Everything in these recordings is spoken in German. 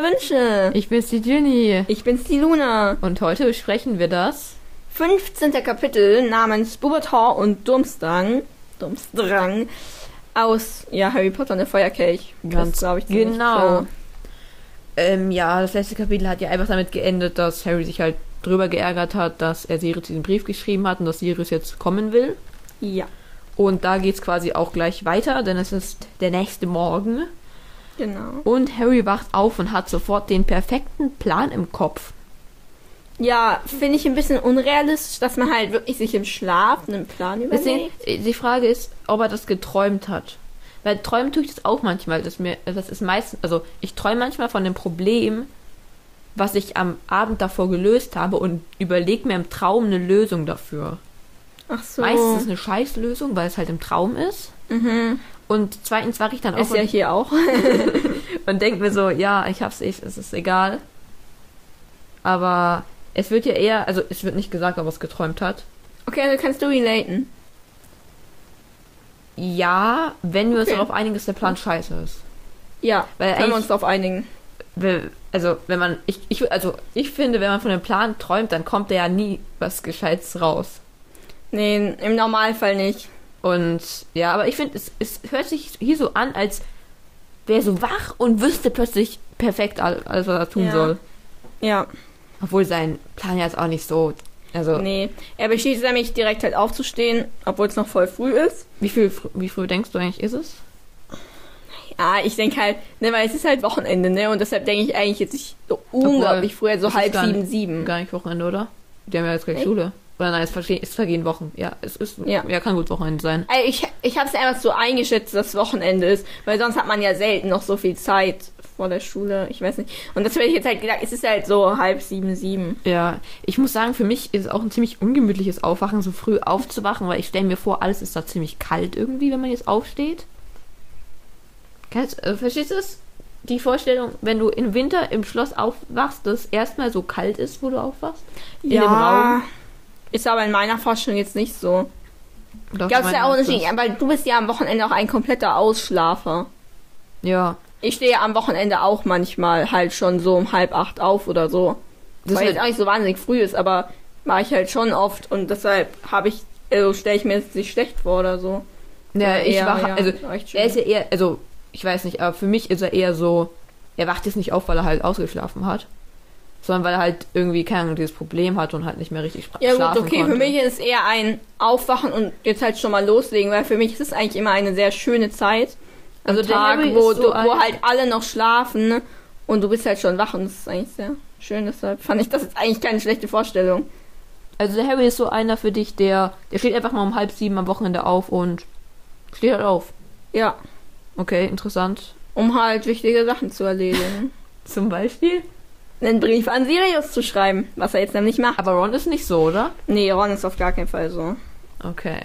Janine. Ich bin's die Ginny. Ich bin's die Luna. Und heute besprechen wir das. 15. Kapitel namens Bubertor und Durmstrang. Durmstrang. Aus, ja, Harry Potter und der Feuerkelch. Ganz glaube ich, ziemlich Genau. klar. Ähm, ja, das letzte Kapitel hat ja einfach damit geendet, dass Harry sich halt drüber geärgert hat, dass er Sirius diesen Brief geschrieben hat und dass Sirius jetzt kommen will. Ja, Und da geht's quasi auch gleich weiter, denn es ist der nächste Morgen. genau. Und Harry wacht auf und hat sofort den perfekten Plan im Kopf. Ja, finde ich ein bisschen unrealistisch, dass man halt wirklich sich im Schlaf einen Plan überlegt. Deswegen, äh, die Frage ist, ob er das geträumt hat. Weil träumen tue ich das auch manchmal. Das, mir, das ist meistens, also ich träume manchmal von dem Problem, was ich am Abend davor gelöst habe und überlege mir im Traum eine Lösung dafür. Ach so. Meistens eine Scheißlösung, weil es halt im Traum ist. Mhm. Und zweitens wache ich dann auf Ist ja und, hier auch. und denke mir so, ja, ich hab's, ich, es ist egal. Aber es wird ja eher, also es wird nicht gesagt, ob er es geträumt hat. Okay, also kannst du relaten. Ja, wenn wir uns Okay. darauf einigen, dass der Plan scheiße ist. Ja, Weil können eigentlich- wir uns darauf einigen. Wenn- also wenn man ich, ich also ich finde, wenn man von einem Plan träumt, dann kommt da ja nie was Gescheites raus. Nee, im Normalfall nicht. Und ja, aber ich finde, es, es hört sich hier so an, als wäre so wach und wüsste plötzlich perfekt all- alles, was er tun Ja. soll. Ja, Obwohl sein Plan ja jetzt auch nicht so. Also nee. Er beschließt nämlich direkt halt aufzustehen, obwohl es noch voll früh ist. wie viel fr- wie früh denkst du eigentlich ist es? Ja, ich denke halt, ne, weil es ist halt Wochenende, ne? Und deshalb denke ich eigentlich jetzt nicht so unglaublich früh, also es ist halb gar sieben, nicht- sieben. Gar nicht Wochenende, oder? Die haben ja jetzt gleich Echt? Schule. Oder nein, es vergehen, es vergehen Wochen. Ja, es ist Ja. ja, kann gut Wochenende sein. Also ich ich habe es einfach so eingeschätzt, dass Wochenende ist, weil sonst hat man ja selten noch so viel Zeit vor der Schule. Ich weiß nicht. Und das hätte ich jetzt halt gedacht, es ist halt so halb sieben, sieben. Ja, ich muss sagen, für mich ist es auch ein ziemlich ungemütliches Aufwachen, so früh aufzuwachen, weil ich stelle mir vor, alles ist da ziemlich kalt irgendwie, wenn man jetzt aufsteht. Kannst, äh, verstehst du es? Die Vorstellung, wenn du im Winter im Schloss aufwachst, dass erstmal so kalt ist, wo du aufwachst? In dem Raum? Ist aber in meiner Forschung jetzt nicht so. Oder Gab es auf ja auch meinen nicht, Nachttisch. aber du bist ja am Wochenende auch ein kompletter Ausschlafer. Ja, Ich stehe ja am Wochenende auch manchmal halt schon so um halb acht auf oder so. Weil Das ist halt- jetzt auch nicht so wahnsinnig früh ist, aber mache ich halt schon oft und deshalb habe ich, also stelle ich mir jetzt nicht schlecht vor oder so. ja, Oder ich eher, wach, ja, also echt schön. er ist ja eher, also ich weiß nicht, aber für mich ist er eher so, er wacht jetzt nicht auf, weil er halt ausgeschlafen hat, sondern weil er halt irgendwie keine Ahnung, dieses Problem hat und halt nicht mehr richtig spra- Ja schlafen gut, okay, konnte. für mich ist es eher ein Aufwachen und jetzt halt schon mal loslegen, weil für mich ist es eigentlich immer eine sehr schöne Zeit. Am Also der Tag, Harry wo, ist so du, wo ein- halt alle noch schlafen ne? und du bist halt schon wach und das ist eigentlich sehr schön, deshalb fand ich das jetzt eigentlich keine schlechte Vorstellung. Also der Harry ist so einer für dich, der, der steht einfach mal um halb sieben am Wochenende auf und steht halt auf. Ja, Okay, interessant. um halt wichtige Sachen zu erledigen. Zum Beispiel? einen Brief an Sirius zu schreiben, was er jetzt nämlich macht. Aber Ron ist nicht so, oder? Nee, Ron ist auf gar keinen Fall so. Okay.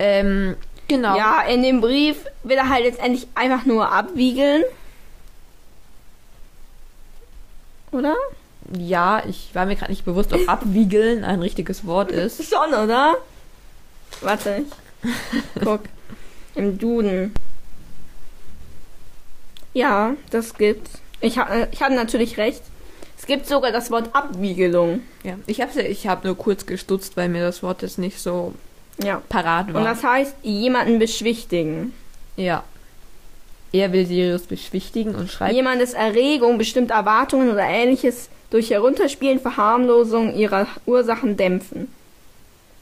Ähm, genau. Ja, in dem Brief will er halt letztendlich einfach nur abwiegeln. Oder? Ja, ich war mir gerade nicht bewusst, ob abwiegeln ein richtiges Wort ist. Schon, oder? Warte. ich Guck. Im Duden. Ja, das gibt's. Ich, ha äh, ich habe natürlich recht. Es gibt sogar das Wort Abwiegelung. Ja, ich hab's ja, ich habe nur kurz gestutzt, weil mir das Wort jetzt nicht so Ja. parat war. Und das heißt, jemanden beschwichtigen. ja. Er will Sirius beschwichtigen und schreibt. Jemandes Erregung, bestimmte Erwartungen oder ähnliches durch Herunterspielen, Verharmlosung ihrer Ursachen dämpfen.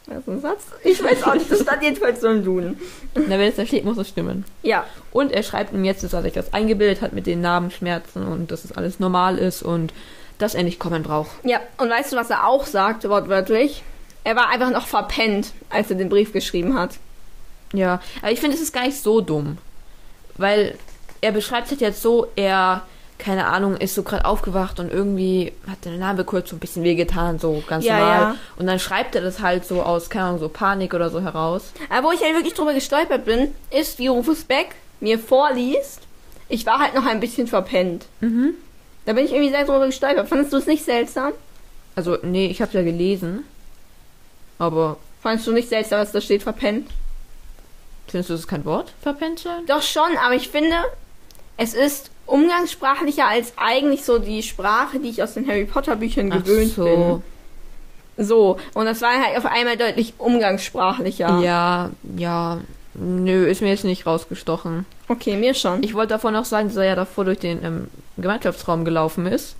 Was ist ein Satz? Ich weiß auch nicht, das stand jedenfalls so im Duden. Na, wenn es da steht, muss es stimmen. Ja, Und er schreibt ihm jetzt, dass er sich das eingebildet hat mit den Namenschmerzen und dass es alles normal ist und dass er nicht kommen braucht. Ja, und weißt du, was er auch sagt, wortwörtlich? Er war einfach noch verpennt, als er den Brief geschrieben hat. Ja, aber ich finde, es ist gar nicht so dumm. Weil er beschreibt es jetzt so, er, keine Ahnung, ist so gerade aufgewacht und irgendwie hat der Name kurz so ein bisschen wehgetan, so ganz Ja, normal. ja. Und dann schreibt er das halt so aus, keine Ahnung, so Panik oder so heraus. Aber wo ich halt wirklich drüber gestolpert bin, ist, wie Rufus Beck mir vorliest, ich war halt noch ein bisschen verpennt. Mhm. Da bin ich irgendwie sehr drüber gestolpert. Fandest du es nicht seltsam? Also, nee, ich hab's ja gelesen. Aber Fandest du nicht seltsam, dass da steht verpennt? findest du, das ist kein Wort, verpennt sein? Doch schon, aber ich finde, es ist umgangssprachlicher als eigentlich so die Sprache, die ich aus den Harry Potter Büchern Ach gewöhnt so. bin. So, und das war halt auf einmal deutlich umgangssprachlicher. Ja, ja. Nö, ist mir jetzt nicht rausgestochen. Okay, mir schon. Ich wollte davor noch sagen, dass er ja davor durch den ähm, Gemeinschaftsraum gelaufen ist.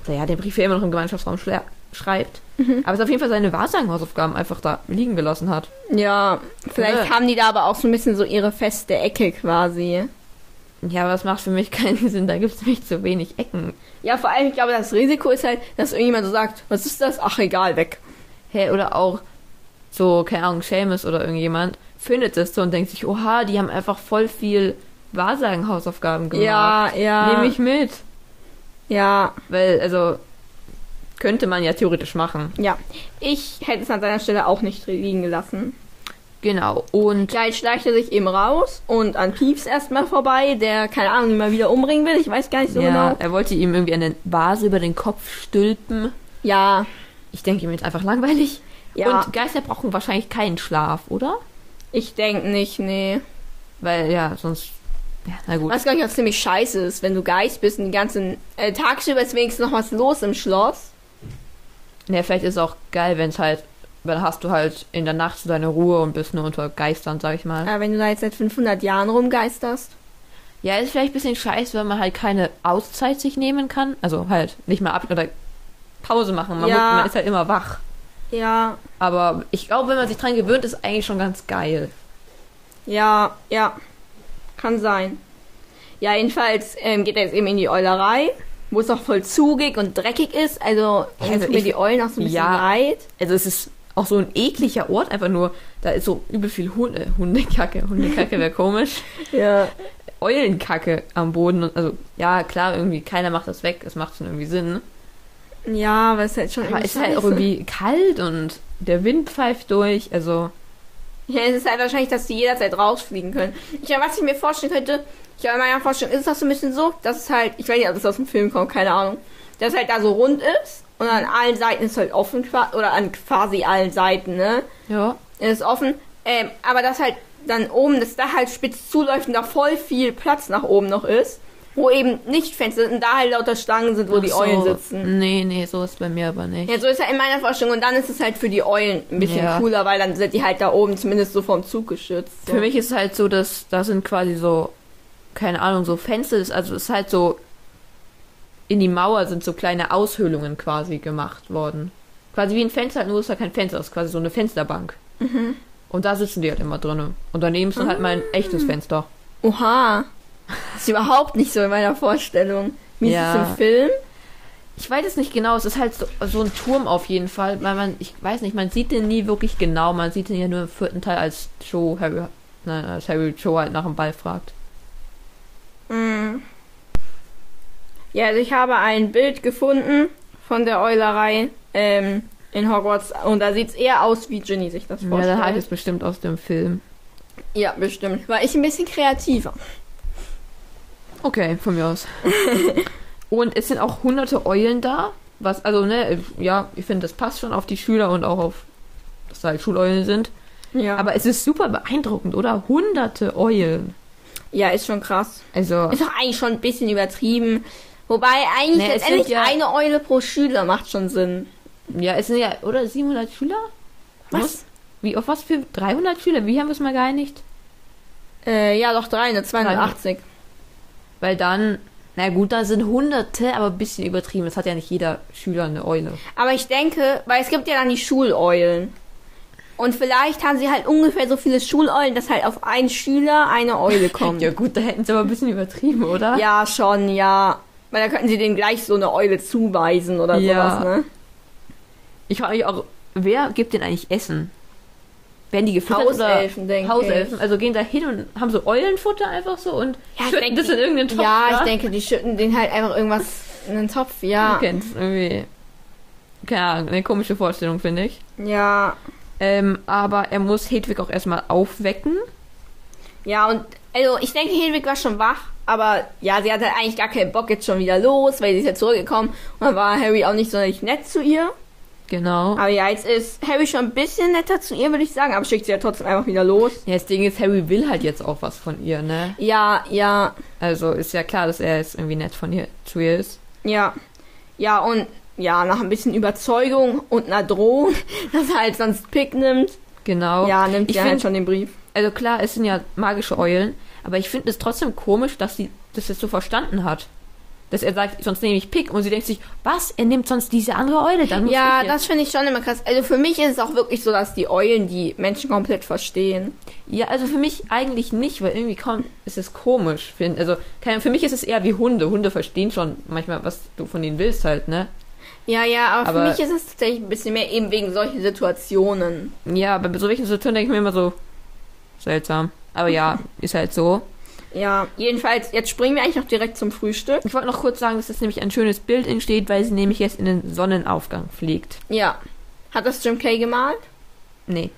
Dass er ja den Brief ja immer noch im Gemeinschaftsraum schle- schreibt. Mhm. Aber es auf jeden Fall seine Wahrsagenhausaufgaben einfach da liegen gelassen hat. ja, vielleicht Ja. haben die da aber auch so ein bisschen so ihre feste Ecke quasi. Ja, aber das macht für mich keinen Sinn. Da gibt es nämlich zu wenig Ecken. Ja, vor allem, ich glaube, das Risiko ist halt, dass irgendjemand so sagt, was ist das? Ach, egal, weg. Hä, oder auch so, keine Ahnung, Seamus oder irgendjemand findet es so und denkt sich, oha, die haben einfach voll viel Wahrsagenhausaufgaben gemacht. Ja, ja. Nehme ich mit. Ja, Weil, also, könnte man ja theoretisch machen. ja. Ich hätte es an seiner Stelle auch nicht liegen gelassen. Genau. Und Gleich schleicht er sich eben raus und an Peeves erstmal vorbei, der, keine Ahnung, ihn mal wieder umbringen will. Ich weiß gar nicht so ja, genau. er wollte ihm irgendwie eine Vase über den Kopf stülpen. Ja, Ich denke, ihm ist einfach langweilig. Ja. Und Geister brauchen wahrscheinlich keinen Schlaf, oder? ich denke nicht, nee. Weil, ja, sonst. Ja, na gut. Was, glaube ich, auch ziemlich scheiße ist, wenn du Geist bist und die ganzen... Äh, tagsüber ist wenigstens noch was los im Schloss. Ja, vielleicht ist es auch geil, wenn es halt, dann hast du halt in der Nacht so deine Ruhe und bist nur unter Geistern, sag ich mal. Aber Äh, wenn du da jetzt seit 500 Jahren rumgeisterst. Ja, ist vielleicht ein bisschen scheiße, wenn man halt keine Auszeit sich nehmen kann. Also halt nicht mal ab oder Pause machen. Man, Ja. muss, man ist halt immer wach. Ja, Aber ich glaube, wenn man sich dran gewöhnt, ist eigentlich schon ganz geil. Ja, ja. Kann sein. Ja, jedenfalls ähm, geht er jetzt eben in die Eulerei, wo es auch voll zugig und dreckig ist. Also, Also also tut mir ich- die Eulen auch so ein bisschen Ja. leid. Also es ist auch so ein ekliger Ort, einfach nur, da ist so übel viel Hunde, Hundekacke, Hundekacke wäre komisch. Ja. Eulenkacke am Boden. Und, also ja, klar, irgendwie keiner macht das weg, das macht schon irgendwie Sinn. Ja, aber es ist halt schon Aber es ist halt scheiße. auch irgendwie kalt und der Wind pfeift durch. Also, Ja, es ist halt wahrscheinlich, dass die jederzeit rausfliegen können. Ich meine, was ich mir vorstellen könnte, ich glaube, in meiner Vorstellung ist das so ein bisschen so, dass es halt, ich weiß nicht, ob das aus dem Film kommt, keine Ahnung, dass es halt da so rund ist und an allen Seiten ist halt offen, qua- oder an quasi allen Seiten, ne? ja. ist offen. Ähm, aber dass halt dann oben das Dach halt spitz zuläuft und da voll viel Platz nach oben noch ist, wo eben nicht Fenster sind und da halt lauter Stangen sind, wo die Ach so. Eulen sitzen. Nee, nee, so ist bei mir aber nicht. Ja, so ist ja in meiner Vorstellung. Und dann ist es halt für die Eulen ein bisschen Ja. cooler, weil dann sind die halt da oben zumindest so vom Zug geschützt. So. Für mich ist es halt so, dass da sind quasi so, keine Ahnung, so Fenster, ist- also es ist halt so, in die Mauer sind so kleine Aushöhlungen quasi gemacht worden. Quasi wie ein Fenster, nur ist da kein Fenster, es ist quasi so eine Fensterbank. Mhm. Und da sitzen die halt immer drinnen. Und daneben ist dann halt mein echtes Fenster. Oha. Das ist überhaupt nicht so in meiner Vorstellung. Wie Ja. ist es im Film? Ich weiß es nicht genau, es ist halt so, so ein Turm auf jeden Fall, weil man, ich weiß nicht, man sieht den nie wirklich genau, man sieht den ja nur im vierten Teil, als Joe Harry, nein, als Harry Joe halt nach dem Ball fragt. Mm. Ja, also ich habe ein Bild gefunden von der Eulerei ähm, in Hogwarts und da sieht es eher aus, wie Ginny sich das Ja, vorstellt. dann Ja, halt es bestimmt aus dem Film. bestimmt. War ich ein bisschen kreativer. Okay, von mir aus. und es sind auch hunderte Eulen da. Was, also, ne, ja, ich finde, das passt schon auf die Schüler und auch auf, dass da halt Schuleulen sind. Ja. Aber Aber es ist super beeindruckend, oder? Hunderte Eulen. ja, ist schon krass. Also, Ist doch eigentlich schon ein bisschen übertrieben. Wobei eigentlich Nee, es letztendlich sind ja- eine Eule pro Schüler macht schon Sinn. ja, es sind ja, oder 700 Schüler? Muss- Wie, auf was für 300 Schüler? Wie haben wir es mal geeinigt? Äh, ja, doch drei, eine 280. Weil dann, na gut, da sind hunderte, aber ein bisschen übertrieben. Es hat ja nicht jeder Schüler eine Eule. Aber ich denke, weil es gibt ja dann die Schuleulen. Und vielleicht haben sie halt ungefähr so viele Schuleulen, dass halt auf einen Schüler eine Eule kommt. Ja gut, da hätten sie aber ein bisschen übertrieben, oder? Ja, schon, ja. Weil da könnten sie denen gleich so eine Eule zuweisen oder Ja. sowas, ne? Ich frage mich auch, wer gibt denn eigentlich Essen? Werden die gefüttert Hauselfen, oder denke Hauselfen? Also gehen da hin und haben so Eulenfutter einfach so und Ja, ich schütten denk, das die- in irgendeinen Topf. Ja, ich ne? denke, die schütten denen halt einfach irgendwas in den Topf, ja. Du kennst irgendwie. Keine Ahnung, eine komische Vorstellung, finde ich. Ja. Ähm, aber er muss Hedwig auch erstmal aufwecken. Ja, und also ich denke, Hedwig war schon wach, aber ja, sie hatte halt eigentlich gar keinen Bock jetzt schon wieder los, weil sie ist ja zurückgekommen und dann war Harry auch nicht sonderlich nett zu ihr. Genau. Aber ja, jetzt ist Harry schon ein bisschen netter zu ihr, würde ich sagen, aber schickt sie ja trotzdem einfach wieder los. Ja, das Ding ist, Harry will halt jetzt auch was von ihr, ne? Ja, ja, Also ist ja klar, dass er jetzt irgendwie nett von ihr zu ihr ist. ja. Ja, und ja, nach ein bisschen Überzeugung und einer Drohung, dass er halt sonst Pick nimmt. Genau. Ja, nimmt ich sie halt find, schon den Brief. Also klar, es sind ja magische Eulen, aber ich finde es trotzdem komisch, dass sie das jetzt so verstanden hat. Dass er sagt, sonst nehme ich Pick und sie denkt sich, was? Er nimmt sonst diese andere Eule, dann muss Ja, ich jetzt. das finde ich schon immer krass. Also für mich ist es auch wirklich so, dass die Eulen die Menschen komplett verstehen. Ja, also für mich eigentlich nicht, weil irgendwie kommt, ist es komisch. Find, also keine- für mich ist es eher wie Hunde. Hunde verstehen schon manchmal, was du von ihnen willst halt, ne? Ja, ja, aber, Aber- für mich ist es tatsächlich ein bisschen mehr eben wegen solchen Situationen. Ja, bei so welchen Situationen denke ich mir immer so, seltsam. Aber ja, ist halt so. Ja, jedenfalls, jetzt springen wir eigentlich noch direkt zum Frühstück. Ich wollte noch kurz sagen, dass das nämlich ein schönes Bild entsteht, weil sie nämlich jetzt in den Sonnenaufgang fliegt. Ja. Hat das Jim Kay gemalt? Nee,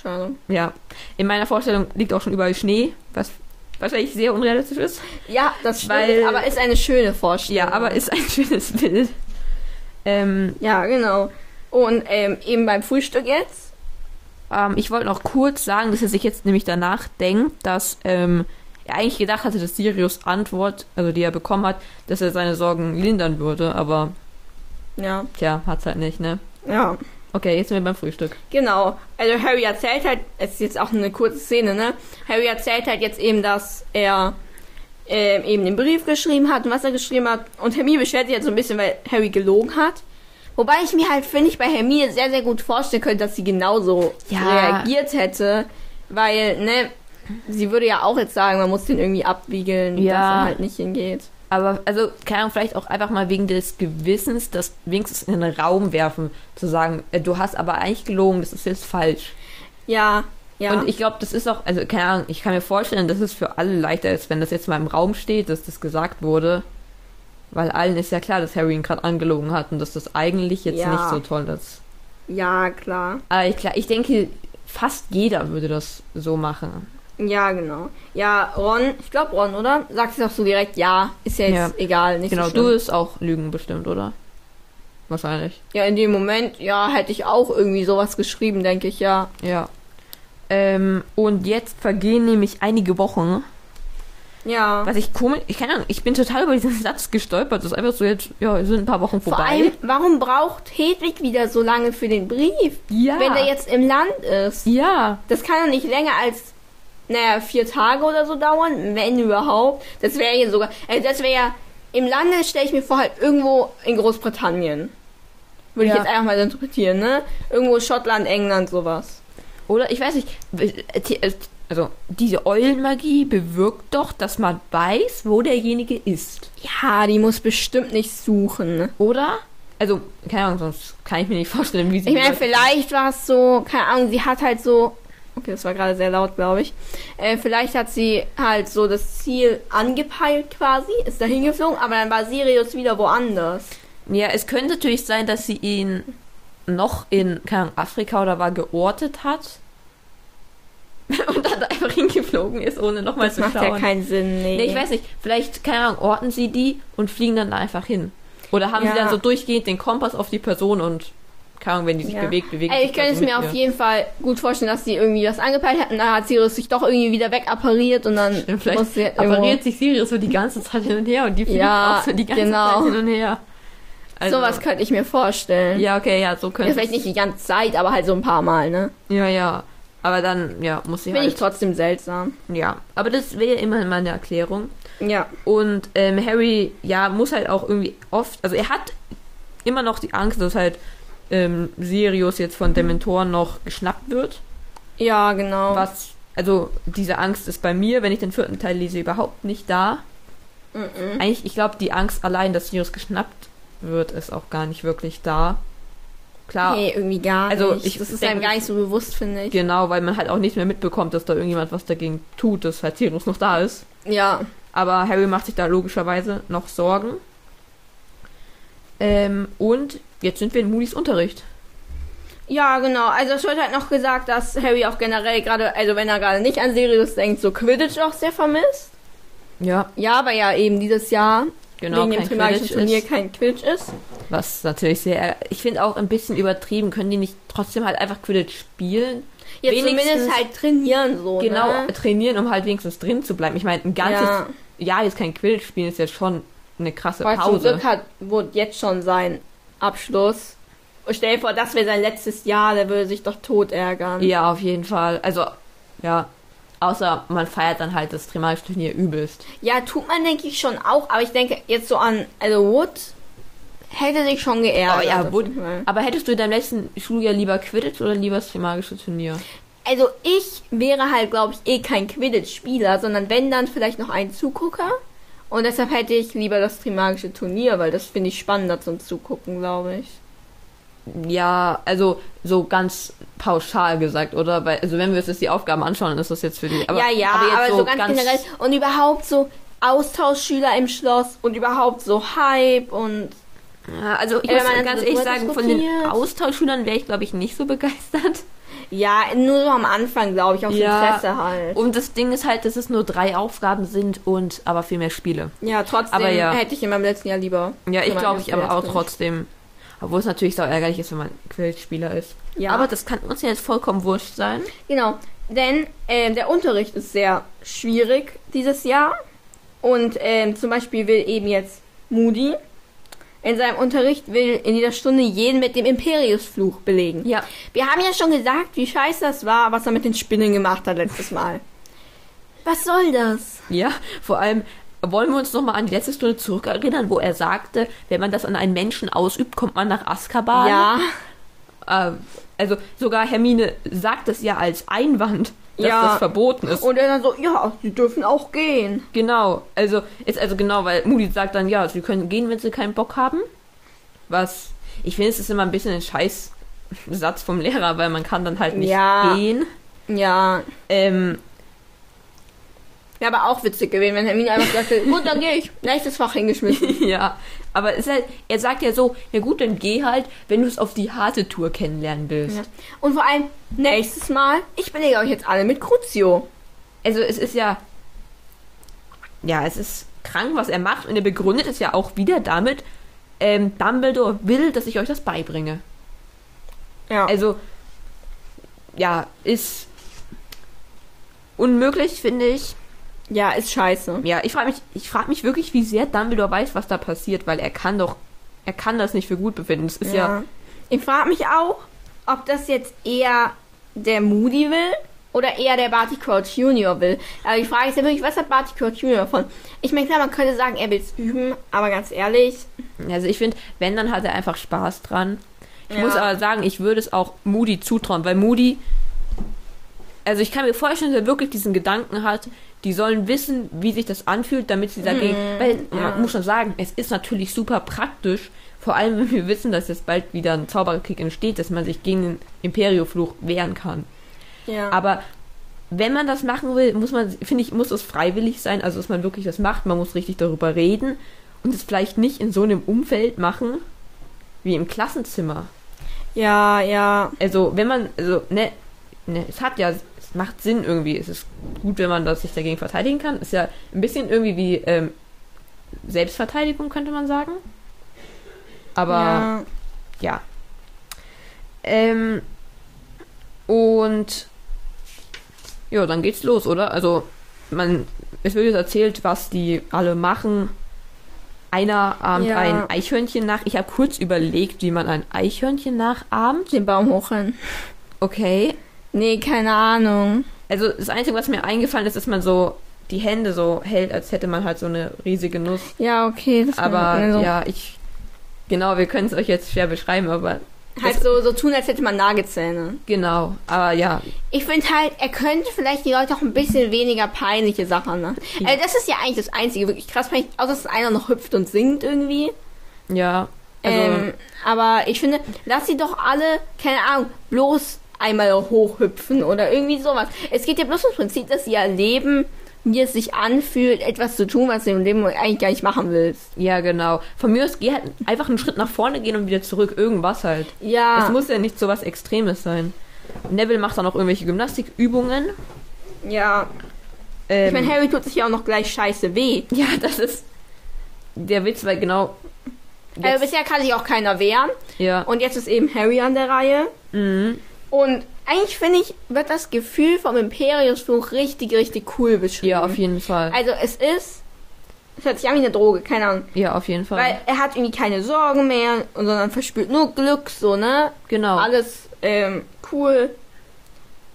Schade. ja. In meiner Vorstellung liegt auch schon überall Schnee, was wahrscheinlich sehr unrealistisch ist. Ja, das stimmt, Weil- aber ist eine schöne Vorstellung. Ja, aber ist ein schönes Bild. Ähm, Ja, genau. Und ähm, eben beim Frühstück jetzt. Ähm, ich wollte noch kurz sagen, dass er sich jetzt nämlich danach denkt, dass ähm, er eigentlich gedacht hatte, dass Sirius Antwort, also die er bekommen hat, dass er seine Sorgen lindern würde, aber Ja. tja, hat's halt nicht, ne? Ja. Okay, jetzt sind wir beim Frühstück. Genau. Also Harry erzählt halt, es ist jetzt auch eine kurze Szene, ne? Harry erzählt halt jetzt eben, dass er ähm, eben den Brief geschrieben hat und was er geschrieben hat. Und Hermine beschwert sich jetzt so ein bisschen, weil Harry gelogen hat. Wobei ich mir halt, finde ich, bei Hermine sehr, sehr gut vorstellen könnte, dass sie genauso Ja. reagiert hätte. Weil, ne, sie würde ja auch jetzt sagen, man muss den irgendwie abwiegeln, Ja. dass er halt nicht hingeht. Aber, also, keine Ahnung, vielleicht auch einfach mal wegen des Gewissens, das wenigstens in den Raum werfen, zu sagen, äh, du hast aber eigentlich gelogen, das ist jetzt falsch. Ja, ja. Und ich glaube, das ist auch, also, keine Ahnung, ich kann mir vorstellen, dass es für alle leichter ist, wenn das jetzt mal im Raum steht, dass das gesagt wurde. Weil allen ist ja klar, dass Harry ihn gerade angelogen hat und dass das eigentlich jetzt Ja. nicht so toll ist. ja, klar. Aber ich, klar, ich denke, fast jeder würde das so machen. Ja, genau. Ja, Ron, ich glaube Ron, oder? Sagt es auch so direkt, ja, ist ja jetzt egal, nicht genau, so du schlimm. wirst auch Lügen bestimmt, oder? Wahrscheinlich. Ja, in dem Moment, ja, hätte ich auch irgendwie sowas geschrieben, denke ich, ja. Ja. Ähm, und jetzt vergehen nämlich einige Wochen. Ja. Was ich komisch, ich keine Ahnung, ich bin total über diesen Satz gestolpert. Das ist einfach so jetzt, ja, es sind ein paar Wochen Vor vorbei. allem, warum braucht Hedwig wieder so lange für den Brief, ja. wenn der jetzt im Land ist? ja. Das kann doch nicht länger als, naja, vier Tage oder so dauern, wenn überhaupt. Das wäre ja sogar, also das wäre ja, im Lande stelle ich mir vor, halt irgendwo in Großbritannien. Würde Ja. ich jetzt einfach mal so interpretieren, ne? Irgendwo Schottland, England, sowas. Oder ich weiß nicht, äh, also diese Eulenmagie bewirkt doch, dass man weiß, wo derjenige ist. Ja, die muss bestimmt nicht suchen. Oder? Also, keine Ahnung, sonst kann ich mir nicht vorstellen, wie sie. Ich die meine, Leute- vielleicht war es so, keine Ahnung, sie hat halt so. Okay, das war gerade sehr laut, glaube ich. Äh, vielleicht hat sie halt so das Ziel angepeilt quasi, ist dahin geflogen, aber dann war Sirius wieder woanders. Ja, es könnte natürlich sein, dass sie ihn noch in, keine Ahnung, Afrika oder war geortet hat. Und dann einfach hingeflogen ist, ohne nochmal Das zu macht schauen. ja keinen Sinn, nee. nee, ich weiß nicht, vielleicht, keine Ahnung, orten sie die und fliegen dann da einfach hin. Oder haben sie Ja. dann so durchgehend den Kompass auf die Person und, keine Ahnung, wenn die sich Ja. bewegt, bewegt Ey, sich ich könnte das es mit mir ihr. auf jeden Fall gut vorstellen, dass sie irgendwie was angepeilt hat und dann hat Sirius sich doch irgendwie wieder wegappariert und dann Ja, Vielleicht muss sie halt appariert irgendwo, sich Sirius so die ganze Zeit hin und her und die fliegt Ja, auch so die ganze genau. Zeit hin und her. Also, Sowas könnte ich mir vorstellen. Ja, okay, ja, so Ja, könnte vielleicht nicht die ganze Zeit, aber halt so ein paar Mal, ne? Ja, ja. Aber dann, ja, muss sie Finde ich halt. trotzdem seltsam. Ja. Aber das wäre ja immerhin mal eine Erklärung. Ja. Und ähm, Harry, ja, muss halt auch irgendwie oft. Also er hat immer noch die Angst, dass halt ähm, Sirius jetzt von Dementoren noch geschnappt wird. Ja, genau. Was. Also diese Angst ist bei mir, wenn ich den vierten Teil lese, überhaupt nicht da. Mhm. Eigentlich, ich glaube, die Angst allein, dass Sirius geschnappt wird, ist auch gar nicht wirklich da. Klar, Nee, irgendwie gar Also, nicht. ich das ist denk- einem gar nicht so bewusst, finde ich. genau, weil man halt auch nicht mehr mitbekommt, dass da irgendjemand was dagegen tut, dass halt Sirius noch da ist. Ja. Aber Harry macht sich da logischerweise noch Sorgen. Ähm, und jetzt sind wir in Moody's Unterricht. Ja, genau. Also es wird halt noch gesagt, dass Harry auch generell gerade, also wenn er gerade nicht an Sirius denkt, so Quidditch auch sehr vermisst. Ja. Ja, aber ja eben dieses Jahr Genau, wegen dem kein primarischen Quidditch Turnier ist. kein Quidditch ist. Was natürlich sehr. Ich finde auch ein bisschen übertrieben. Können die nicht trotzdem halt einfach Quidditch spielen? Ja, Wenigstens- zumindest halt trainieren so. Genau, Ne? trainieren, um halt wenigstens drin zu bleiben. Ich meine, ein ganzes Ja. Jahr jetzt kein Quidditch spielen ist ja schon eine krasse Weil zum Pause. Glück hat Wood jetzt schon seinen Abschluss. Und stell dir vor, das wäre sein letztes Jahr, der würde sich doch tot ärgern. Ja, auf jeden Fall. Also, ja. Außer man feiert dann halt das Trimarische Turnier übelst. Ja, tut man, denke ich, schon auch, aber ich denke jetzt so an, also Wood hätte sich schon geärgert. Aber Oh ja, Wood- auf jeden Fall. Aber hättest du in deinem letzten Schuljahr lieber Quidditch oder lieber das Trimagische Turnier? Also ich wäre halt, glaube ich, eh kein Quidditch-Spieler, sondern wenn dann vielleicht noch ein Zugucker. Und deshalb hätte ich lieber das Trimagische Turnier, weil das finde ich spannender zum Zugucken, glaube ich. Ja, also so ganz pauschal gesagt, oder? Weil, also wenn wir uns jetzt die Aufgaben anschauen, dann ist das jetzt für die. Aber, ja, ja, aber, aber, jetzt so, ganz, generell. Und überhaupt so Austauschschüler im Schloss und überhaupt so Hype und. Ja, Also ich Wenn muss man ganz das ehrlich so sagen, von den diskutiert. Austauschschülern wäre ich, glaube ich, nicht so begeistert. Ja, nur so am Anfang, glaube ich, aus Ja. Interesse halt. Und das Ding ist halt, dass es nur drei Aufgaben sind und aber viel mehr Spiele. Ja, trotzdem Aber ja. hätte ich in meinem letzten Jahr lieber. Ja, ich Trimagisches glaube, ich aber Quidditch auch gemacht. trotzdem. Obwohl es natürlich sau ärgerlich ist, wenn man Quillspieler ist. Ja. Aber das kann uns ja jetzt vollkommen wurscht sein. Genau, denn ähm, der Unterricht ist sehr schwierig dieses Jahr. Und ähm, zum Beispiel will eben jetzt Moody in seinem Unterricht will in jeder Stunde jeden mit dem Imperiusfluch belegen. Ja. Wir haben ja schon gesagt, wie scheiße das war, was er mit den Spinnen gemacht hat letztes Mal. Was soll das? Ja, vor allem wollen wir uns nochmal an die letzte Stunde zurückerinnern, wo er sagte, wenn man das an einen Menschen ausübt, kommt man nach Azkaban. Ja, Äh, also sogar Hermine sagt das ja als Einwand, dass Ja. das verboten ist. und er dann so, ja, die dürfen auch gehen. Genau, also ist also genau, weil Moody sagt dann, ja, sie können gehen, wenn sie keinen Bock haben. Was ich finde, es ist immer ein bisschen ein Scheißsatz vom Lehrer, weil man kann dann halt nicht Ja. gehen. Ja, Ähm, wäre aber auch witzig gewesen, wenn Hermine einfach sagte, gut, dann gehe ich. Nächstes Fach hingeschmissen. ja, aber es ist halt, er sagt ja so, ja gut, dann geh halt, wenn du es auf die harte Tour kennenlernen willst. Ja. Und vor allem, nächstes Mal, ich belege euch jetzt alle mit Crucio. Also es ist ja, ja, es ist krank, was er macht und er begründet es ja auch wieder damit, ähm, Dumbledore will, dass ich euch das beibringe. Ja. Also, ja, ist unmöglich, finde ich. ja, ist scheiße. Ja, ich frage mich, ich frag mich wirklich, wie sehr Dumbledore weiß, was da passiert, weil er kann doch, er kann das nicht für gut befinden. Es ist ja, Ich frage mich auch, ob das jetzt eher der Moody will oder eher der Barty Crouch Junior will. Aber die Frage ist ja wirklich, was hat Barty Crouch Junior davon? Ich meine, klar, man könnte sagen, er will es üben, aber ganz ehrlich, also ich finde, wenn, dann hat er einfach Spaß dran. Ich Ja. muss aber sagen, ich würde es auch Moody zutrauen, weil Moody, also ich kann mir vorstellen, dass er wirklich diesen Gedanken hat, die sollen wissen, wie sich das anfühlt, damit sie dagegen, weil man muss schon sagen, es ist natürlich super praktisch, vor allem wenn wir wissen, dass jetzt bald wieder ein Zaubererkrieg entsteht, dass man sich gegen den Imperiofluch wehren kann. ja. Aber wenn man das machen will, muss man, finde ich, muss es freiwillig sein, also dass man wirklich das macht, man muss richtig darüber reden und es vielleicht nicht in so einem Umfeld machen wie im Klassenzimmer. ja, ja, Also, wenn man, also, ne, ne, es hat ja, es macht Sinn irgendwie. Es ist gut, wenn man das sich dagegen verteidigen kann. Ist ja ein bisschen irgendwie wie ähm, Selbstverteidigung, könnte man sagen. Aber ja. ja. Ähm, und ja, dann geht's los, oder? Also, man, es wird jetzt erzählt, was die alle machen. Einer ahmt Ja. ein Eichhörnchen nach. Ich habe kurz überlegt, wie man ein Eichhörnchen nachahmt. Den Baum hochrennen. Okay. Nee, keine Ahnung. Also das Einzige, was mir eingefallen ist, ist, dass man so die Hände so hält, als hätte man halt so eine riesige Nuss. Ja, okay. Das Aber also, ja, ich. Genau, wir können es euch jetzt schwer beschreiben, aber Halt so, so tun, als hätte man Nagelzähne. genau. Aber ja, Ich finde halt, er könnte vielleicht die Leute auch ein bisschen weniger peinliche Sachen machen. Ja. Also das ist ja eigentlich das Einzige wirklich krass peinlich, außer dass einer noch hüpft und singt irgendwie. ja. Also, ähm, aber ich finde, lass sie doch alle, keine Ahnung, bloß einmal hochhüpfen oder irgendwie sowas. Es geht ja bloß ums Prinzip, dass sie erleben, wie es sich anfühlt, etwas zu tun, was du im Leben eigentlich gar nicht machen willst. ja, genau. Von mir aus geh halt einfach einen Schritt nach vorne gehen und wieder zurück. Irgendwas halt. Es Ja, muss ja nicht so was Extremes sein. Neville macht dann auch irgendwelche Gymnastikübungen. ja. Ähm, Ähm. Ich meine, Harry tut sich ja auch noch gleich scheiße weh. ja, das ist. der Witz war genau. Also bisher kann sich auch keiner wehren. Ja. Und jetzt ist eben Harry an der Reihe. Mhm. Und eigentlich finde ich, wird das Gefühl vom Imperiusfluch richtig, richtig cool beschrieben. Ja, auf jeden Fall. Also es ist. Es hört sich an wie eine Droge, keine Ahnung. Ja, auf jeden Fall. Weil er hat irgendwie keine Sorgen mehr, sondern verspürt nur Glück, so, ne? genau. Alles ähm, cool.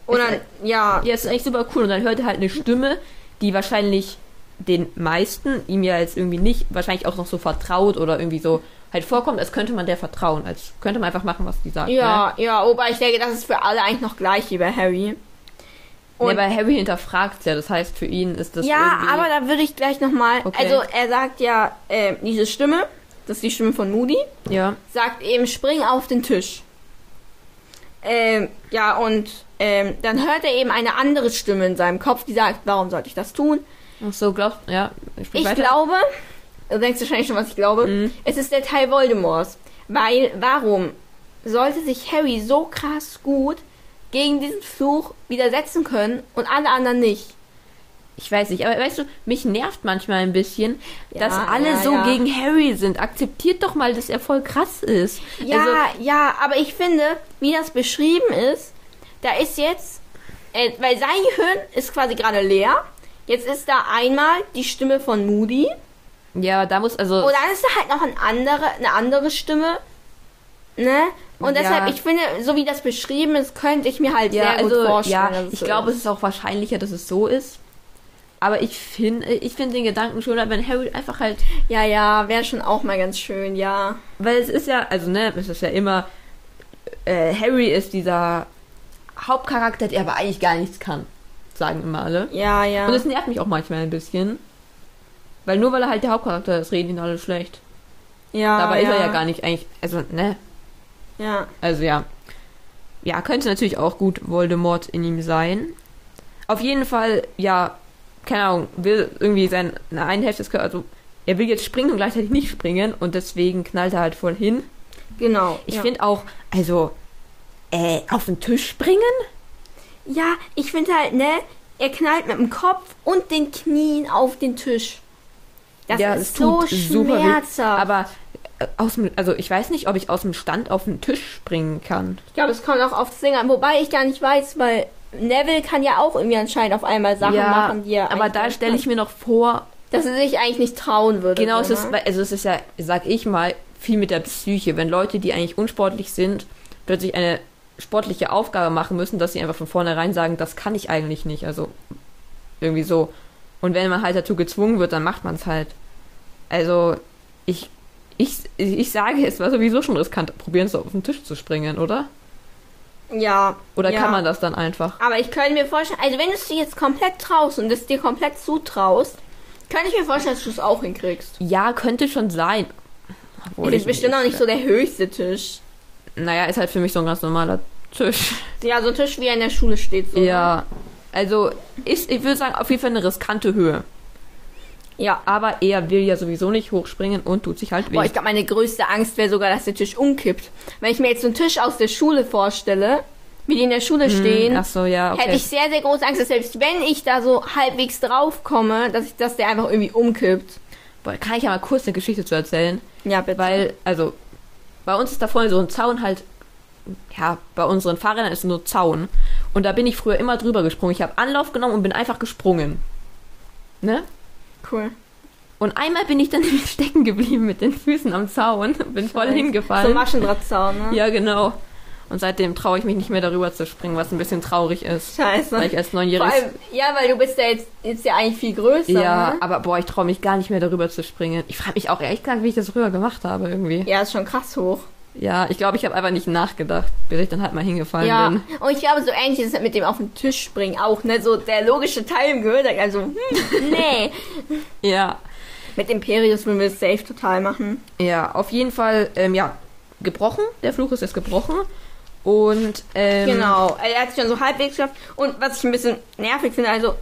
Und Ist halt dann, ja, Ja, es ist echt super cool. Und dann hört er halt eine Stimme, die wahrscheinlich den meisten ihm ja jetzt irgendwie nicht, wahrscheinlich auch noch so vertraut oder irgendwie so halt vorkommt, als könnte man der vertrauen. Als könnte man einfach machen, was die sagt. Ne? ja, ja, wobei ich denke, das ist für alle eigentlich noch gleich wie bei Harry. Und Und- ja, aber Harry hinterfragt ja. Das heißt, für ihn ist das ja, irgendwie... aber da würde ich gleich nochmal. Okay. Also, er sagt ja, äh, diese Stimme, das ist die Stimme von Moody, Ja, sagt eben, spring auf den Tisch. Ähm, ja, und ähm, dann hört er eben eine andere Stimme in seinem Kopf, die sagt, warum sollte ich das tun? Ach so glaubst ja. sprich Ich weiter. glaube, du denkst wahrscheinlich schon, was ich glaube, Mhm. es ist der Teil Voldemorts. Weil, warum sollte sich Harry so krass gut gegen diesen Fluch widersetzen können und alle anderen nicht? Ich weiß nicht, aber weißt du, mich nervt manchmal ein bisschen, dass Ja, alle ja, so ja. gegen Harry sind. Akzeptiert doch mal, dass er voll krass ist. Ja, Also, ja, aber ich finde, wie das beschrieben ist, da ist jetzt, äh, weil sein Gehirn ist quasi gerade leer. Jetzt ist da einmal die Stimme von Moody ja, da muss also. Und dann ist da halt noch ein andere, eine andere Stimme. Ne? Und Ja. deshalb, ich finde, so wie das beschrieben ist, könnte ich mir halt ja, sehr gut also, vorstellen. ja, dass es ich so glaube, ist. es ist auch wahrscheinlicher, dass es so ist. Aber ich finde ich find den Gedanken schöner, wenn Harry einfach halt. Ja, ja, wäre schon auch mal ganz schön, ja. Weil es ist ja, also, ne, es ist ja immer. Äh, Harry ist dieser Hauptcharakter, der aber eigentlich gar nichts kann. Sagen immer alle. Ja, ja. Und das nervt mich auch manchmal ein bisschen. Weil nur weil er halt der Hauptcharakter ist, reden ihn alle schlecht. ja Dabei Ah, ja. ist er ja gar nicht eigentlich. Also, ne? Ja. Also ja. Ja, könnte natürlich auch gut Voldemort in ihm sein. Auf jeden Fall, ja, keine Ahnung, will irgendwie sein eine eine Hälfte des Körpers, also er will jetzt springen und gleichzeitig nicht springen und deswegen knallt er halt voll hin. Genau. Ich ja. finde auch, also, äh, auf den Tisch springen? Ja, ich finde halt, ne, er knallt mit dem Kopf und den Knien auf den Tisch. Das Ja, ist es so tut super weh. schmerzhaft. Aber äh, aus dem, also ich weiß nicht, ob ich aus dem Stand auf den Tisch springen kann. Ich glaube, es kommt auch auf Singer an, wobei ich gar nicht weiß, weil Neville kann ja auch irgendwie anscheinend auf einmal Sachen machen, die er aber eigentlich da nicht ne? stelle kann. ich mir noch vor, dass er sich eigentlich nicht trauen würde. Genau, es so, ist, ne? weil- also es ist ja, sag ich mal, viel mit der Psyche. Wenn Leute, die eigentlich unsportlich sind, plötzlich eine sportliche Aufgabe machen müssen, dass sie einfach von vornherein sagen, das kann ich eigentlich nicht. Also irgendwie so. Und wenn man halt dazu gezwungen wird, dann macht man es halt. Also ich, ich, ich sage, es war sowieso schon riskant, probieren so auf den Tisch zu springen, oder? ja. Oder ja. kann man das dann einfach? Aber ich könnte mir vorstellen, also wenn du es dir jetzt komplett traust und es dir komplett zutraust, könnte ich mir vorstellen, dass du es auch hinkriegst. Ja, könnte schon sein. Obwohl ist bestimmt auch nicht so der höchste Tisch. Naja, ist halt für mich so ein ganz normaler Tisch. Ja, so ein Tisch, wie er in der Schule steht. So. ne? Ja, also ist, ich würde sagen, auf jeden Fall eine riskante Höhe. Ja. Aber er will ja sowieso nicht hochspringen und tut sich halt weh. Boah, ich glaube, meine größte Angst wäre sogar, dass der Tisch umkippt. Wenn ich mir jetzt so einen Tisch aus der Schule vorstelle, wie die in der Schule stehen, Ach so, ja, okay. hätte Hm, ich sehr, sehr große Angst, dass selbst wenn ich da so halbwegs drauf komme, dass, ich, dass der einfach irgendwie umkippt. Boah, kann ich ja mal kurz eine Geschichte zu erzählen. Ja, bitte. Weil, also, bei uns ist da vorne so ein Zaun halt, ja, bei unseren Fahrrädern ist nur Zaun. Und da bin ich früher immer drüber gesprungen. Ich habe Anlauf genommen und bin einfach gesprungen. Ne? cool. Und einmal bin ich dann nämlich stecken geblieben mit den Füßen am Zaun und bin voll hingefallen. So ein Maschendrahtzaun, ne? Ja, genau. Und seitdem traue ich mich nicht mehr darüber zu springen, was ein bisschen traurig ist. Scheiße. Weil ich als Vor Neunjähriges. allem, ja, weil du bist ja jetzt, jetzt ja eigentlich viel größer. Ja, Ne? aber boah, ich traue mich gar nicht mehr darüber zu springen. Ich frage mich auch ehrlich gesagt, wie ich das früher gemacht habe irgendwie. Ja, ist schon krass hoch. Ja, ich glaube, ich habe einfach nicht nachgedacht, bis ich dann halt mal hingefallen Ja. bin. Und ich glaube, so ähnlich ist es halt mit dem auf den Tisch springen auch, ne? So der logische Teil im Gehirn, der also, hm, nee. Ja. mit Imperius würden wir es safe total Mhm. machen. Ja, auf jeden Fall, ähm, ja, gebrochen. Der Fluch ist jetzt gebrochen. Und, ähm, Genau. Also, Er hat es schon so halbwegs geschafft. Und was ich ein bisschen nervig finde, also,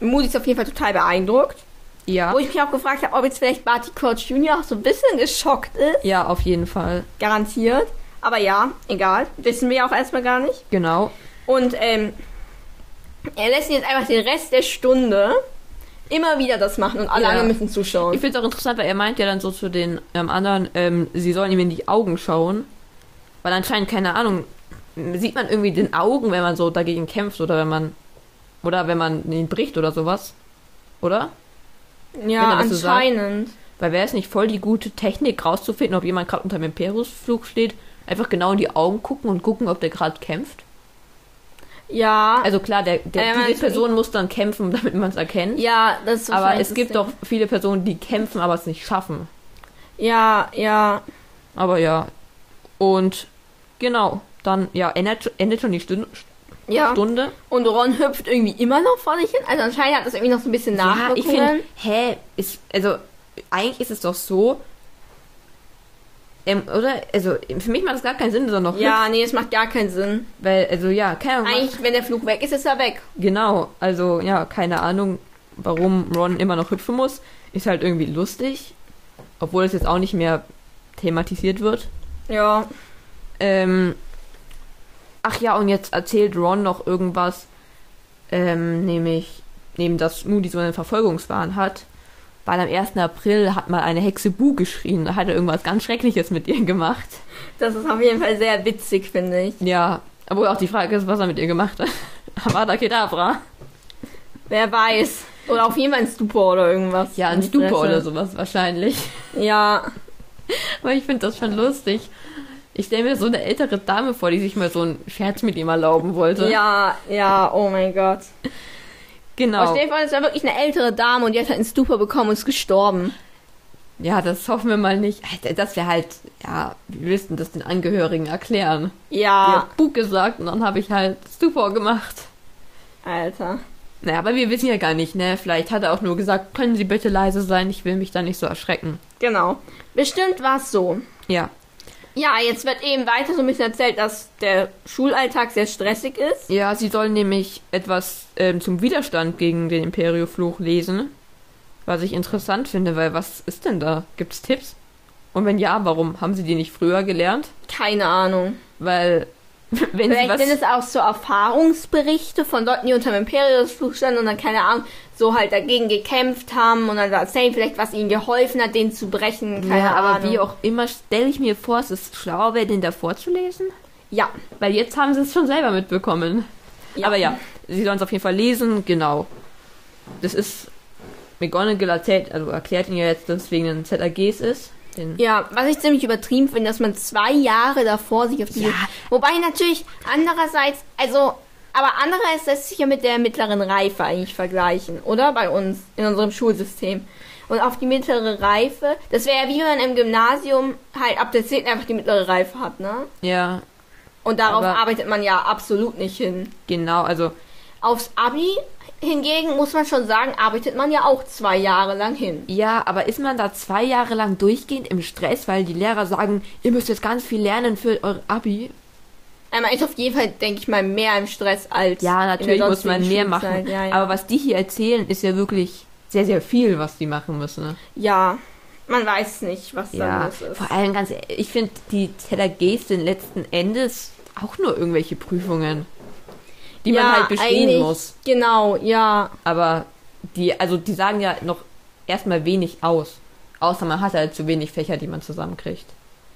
Moody ist auf jeden Fall total beeindruckt. Ja. Wo ich mich auch gefragt habe, ob jetzt vielleicht Barty Crouch Jr. auch so ein bisschen geschockt ist. Ja, auf jeden Fall. Garantiert. Aber ja, egal. Wissen wir ja auch erstmal gar nicht. Genau. Und ähm, er lässt ihn jetzt einfach den Rest der Stunde immer wieder das machen und alle Ja. anderen müssen zuschauen. Ich finde es auch interessant, weil er meint ja dann so zu den ähm, anderen, ähm, sie sollen ihm in die Augen schauen. Weil anscheinend, keine Ahnung, sieht man irgendwie den Augen, wenn man so dagegen kämpft oder wenn man. Oder wenn man ihn bricht oder sowas. Oder? ja, wenn er was so sagt. anscheinend. Weil wäre es nicht voll die gute Technik, rauszufinden, ob jemand gerade unter dem Imperiusflug steht, einfach genau in die Augen gucken und gucken, ob der gerade kämpft. Ja, Also klar, der, der, Ja, man diese ist- Person muss dann kämpfen, damit man es erkennt. ja, das ist aber wahrscheinlich es das gibt Ding. doch viele Personen, die kämpfen, aber es nicht schaffen. Ja, ja. Aber ja. Und genau, dann ja, endet, endet schon die Stunde. Ja. Stunde. Und Ron hüpft irgendwie immer noch vor sich hin. Also anscheinend hat das irgendwie noch so ein bisschen Ja, ich finde, Nachwirkungen. hä, ist, also eigentlich ist es doch so. Ähm, oder? Also, für mich macht das gar keinen Sinn, sondern noch ja, nee, es macht gar keinen Sinn. Weil, also ja, keine Ahnung. Eigentlich, wenn der Flug weg ist, ist er weg. Genau, also ja, keine Ahnung, warum Ron immer noch hüpfen muss. Ist halt irgendwie lustig. Obwohl es jetzt auch nicht mehr thematisiert wird. Ja. Ähm, ach ja, und jetzt erzählt Ron noch irgendwas, ähm, nämlich, neben dass Moody so einen Verfolgungswahn hat. Weil am 1. April hat mal eine Hexe Bu geschrien. Da hat er irgendwas ganz Schreckliches mit ihr gemacht. Das ist auf jeden Fall sehr witzig, finde ich. Ja, obwohl auch die Frage ist, was er mit ihr gemacht hat. Avada Kedavra. Wer weiß. Oder auf jeden Fall ein Stupor oder irgendwas. Ja, ein Die Stupor Fresse. oder sowas wahrscheinlich. Ja. Aber ich finde das schon lustig. Ich stelle mir so eine ältere Dame vor, die sich mal so einen Scherz mit ihm erlauben wollte. Ja, ja, oh mein Gott. Aber genau. stell dir vor, das war wirklich eine ältere Dame und die hat halt einen Stupor bekommen und ist gestorben. Ja, das hoffen wir mal nicht. Alter, Dass wir halt, ja, wir müssten das den Angehörigen erklären. Ich Ja, hab Bug gesagt und dann habe ich halt Stupor gemacht. Alter. Naja, aber wir wissen ja gar nicht, ne? Vielleicht hat er auch nur gesagt, können Sie bitte leise sein, ich will mich da nicht so erschrecken. Genau. Bestimmt war es so. Ja. Ja, jetzt wird eben weiter so ein bisschen erzählt, dass der Schulalltag sehr stressig ist. Ja, sie sollen nämlich etwas ähm, zum Widerstand gegen den Imperiofluch lesen. Was ich interessant finde, weil was ist denn da? Gibt's Tipps? Und wenn ja, warum? Haben sie die nicht früher gelernt? Keine Ahnung. Weil, wenn sie Vielleicht sind es was. auch so Erfahrungsberichte von Leuten, die unter dem Imperiusfluch standen und dann, keine Ahnung, so halt dagegen gekämpft haben und dann erzählen vielleicht, was ihnen geholfen hat, den zu brechen. Keine Ja, aber Ahnung. wie auch immer stelle ich mir vor, es ist schlauer, wäre den da vorzulesen. Ja. Weil jetzt haben sie es schon selber mitbekommen. Ja. Aber ja, sie sollen es auf jeden Fall lesen, genau. Das ist. McGonagall erzählt, also erklärt ihnen ja jetzt, dass es wegen den ZAGs ist. Den Ja, was ich ziemlich übertrieben finde, dass man zwei Jahre davor sich auf diese. Ja. Wobei natürlich andererseits, also, aber andererseits lässt sich ja mit der mittleren Reife eigentlich vergleichen, oder? Bei uns, in unserem Schulsystem. Und auf die mittlere Reife, das wäre ja wie wenn man im Gymnasium halt ab der 10. einfach die mittlere Reife hat, ne? ja, Und darauf Aber- arbeitet man ja absolut nicht hin. genau, also Aufs Abi hingegen muss man schon sagen, arbeitet man ja auch zwei Jahre lang hin. Ja, aber ist man da zwei Jahre lang durchgehend im Stress, weil die Lehrer sagen, ihr müsst jetzt ganz viel lernen für euer Abi? Man Ähm, ist auf jeden Fall, denke ich mal, mehr im Stress als. Ja, in der natürlich muss man sonstigen mehr Schulzeit. machen. Ja, ja. Aber was die hier erzählen, ist ja wirklich sehr, sehr viel, was die machen müssen. ne? Ja, man weiß nicht, was da los ist. Vor allem ganz, ehrlich, ich finde, die ZAGs sind letzten Endes auch nur irgendwelche Prüfungen, die ja, man halt bestehen eigentlich- muss. Genau, ja. Aber die, also die sagen ja noch erstmal wenig aus. Außer man hat halt zu wenig Fächer, die man zusammenkriegt.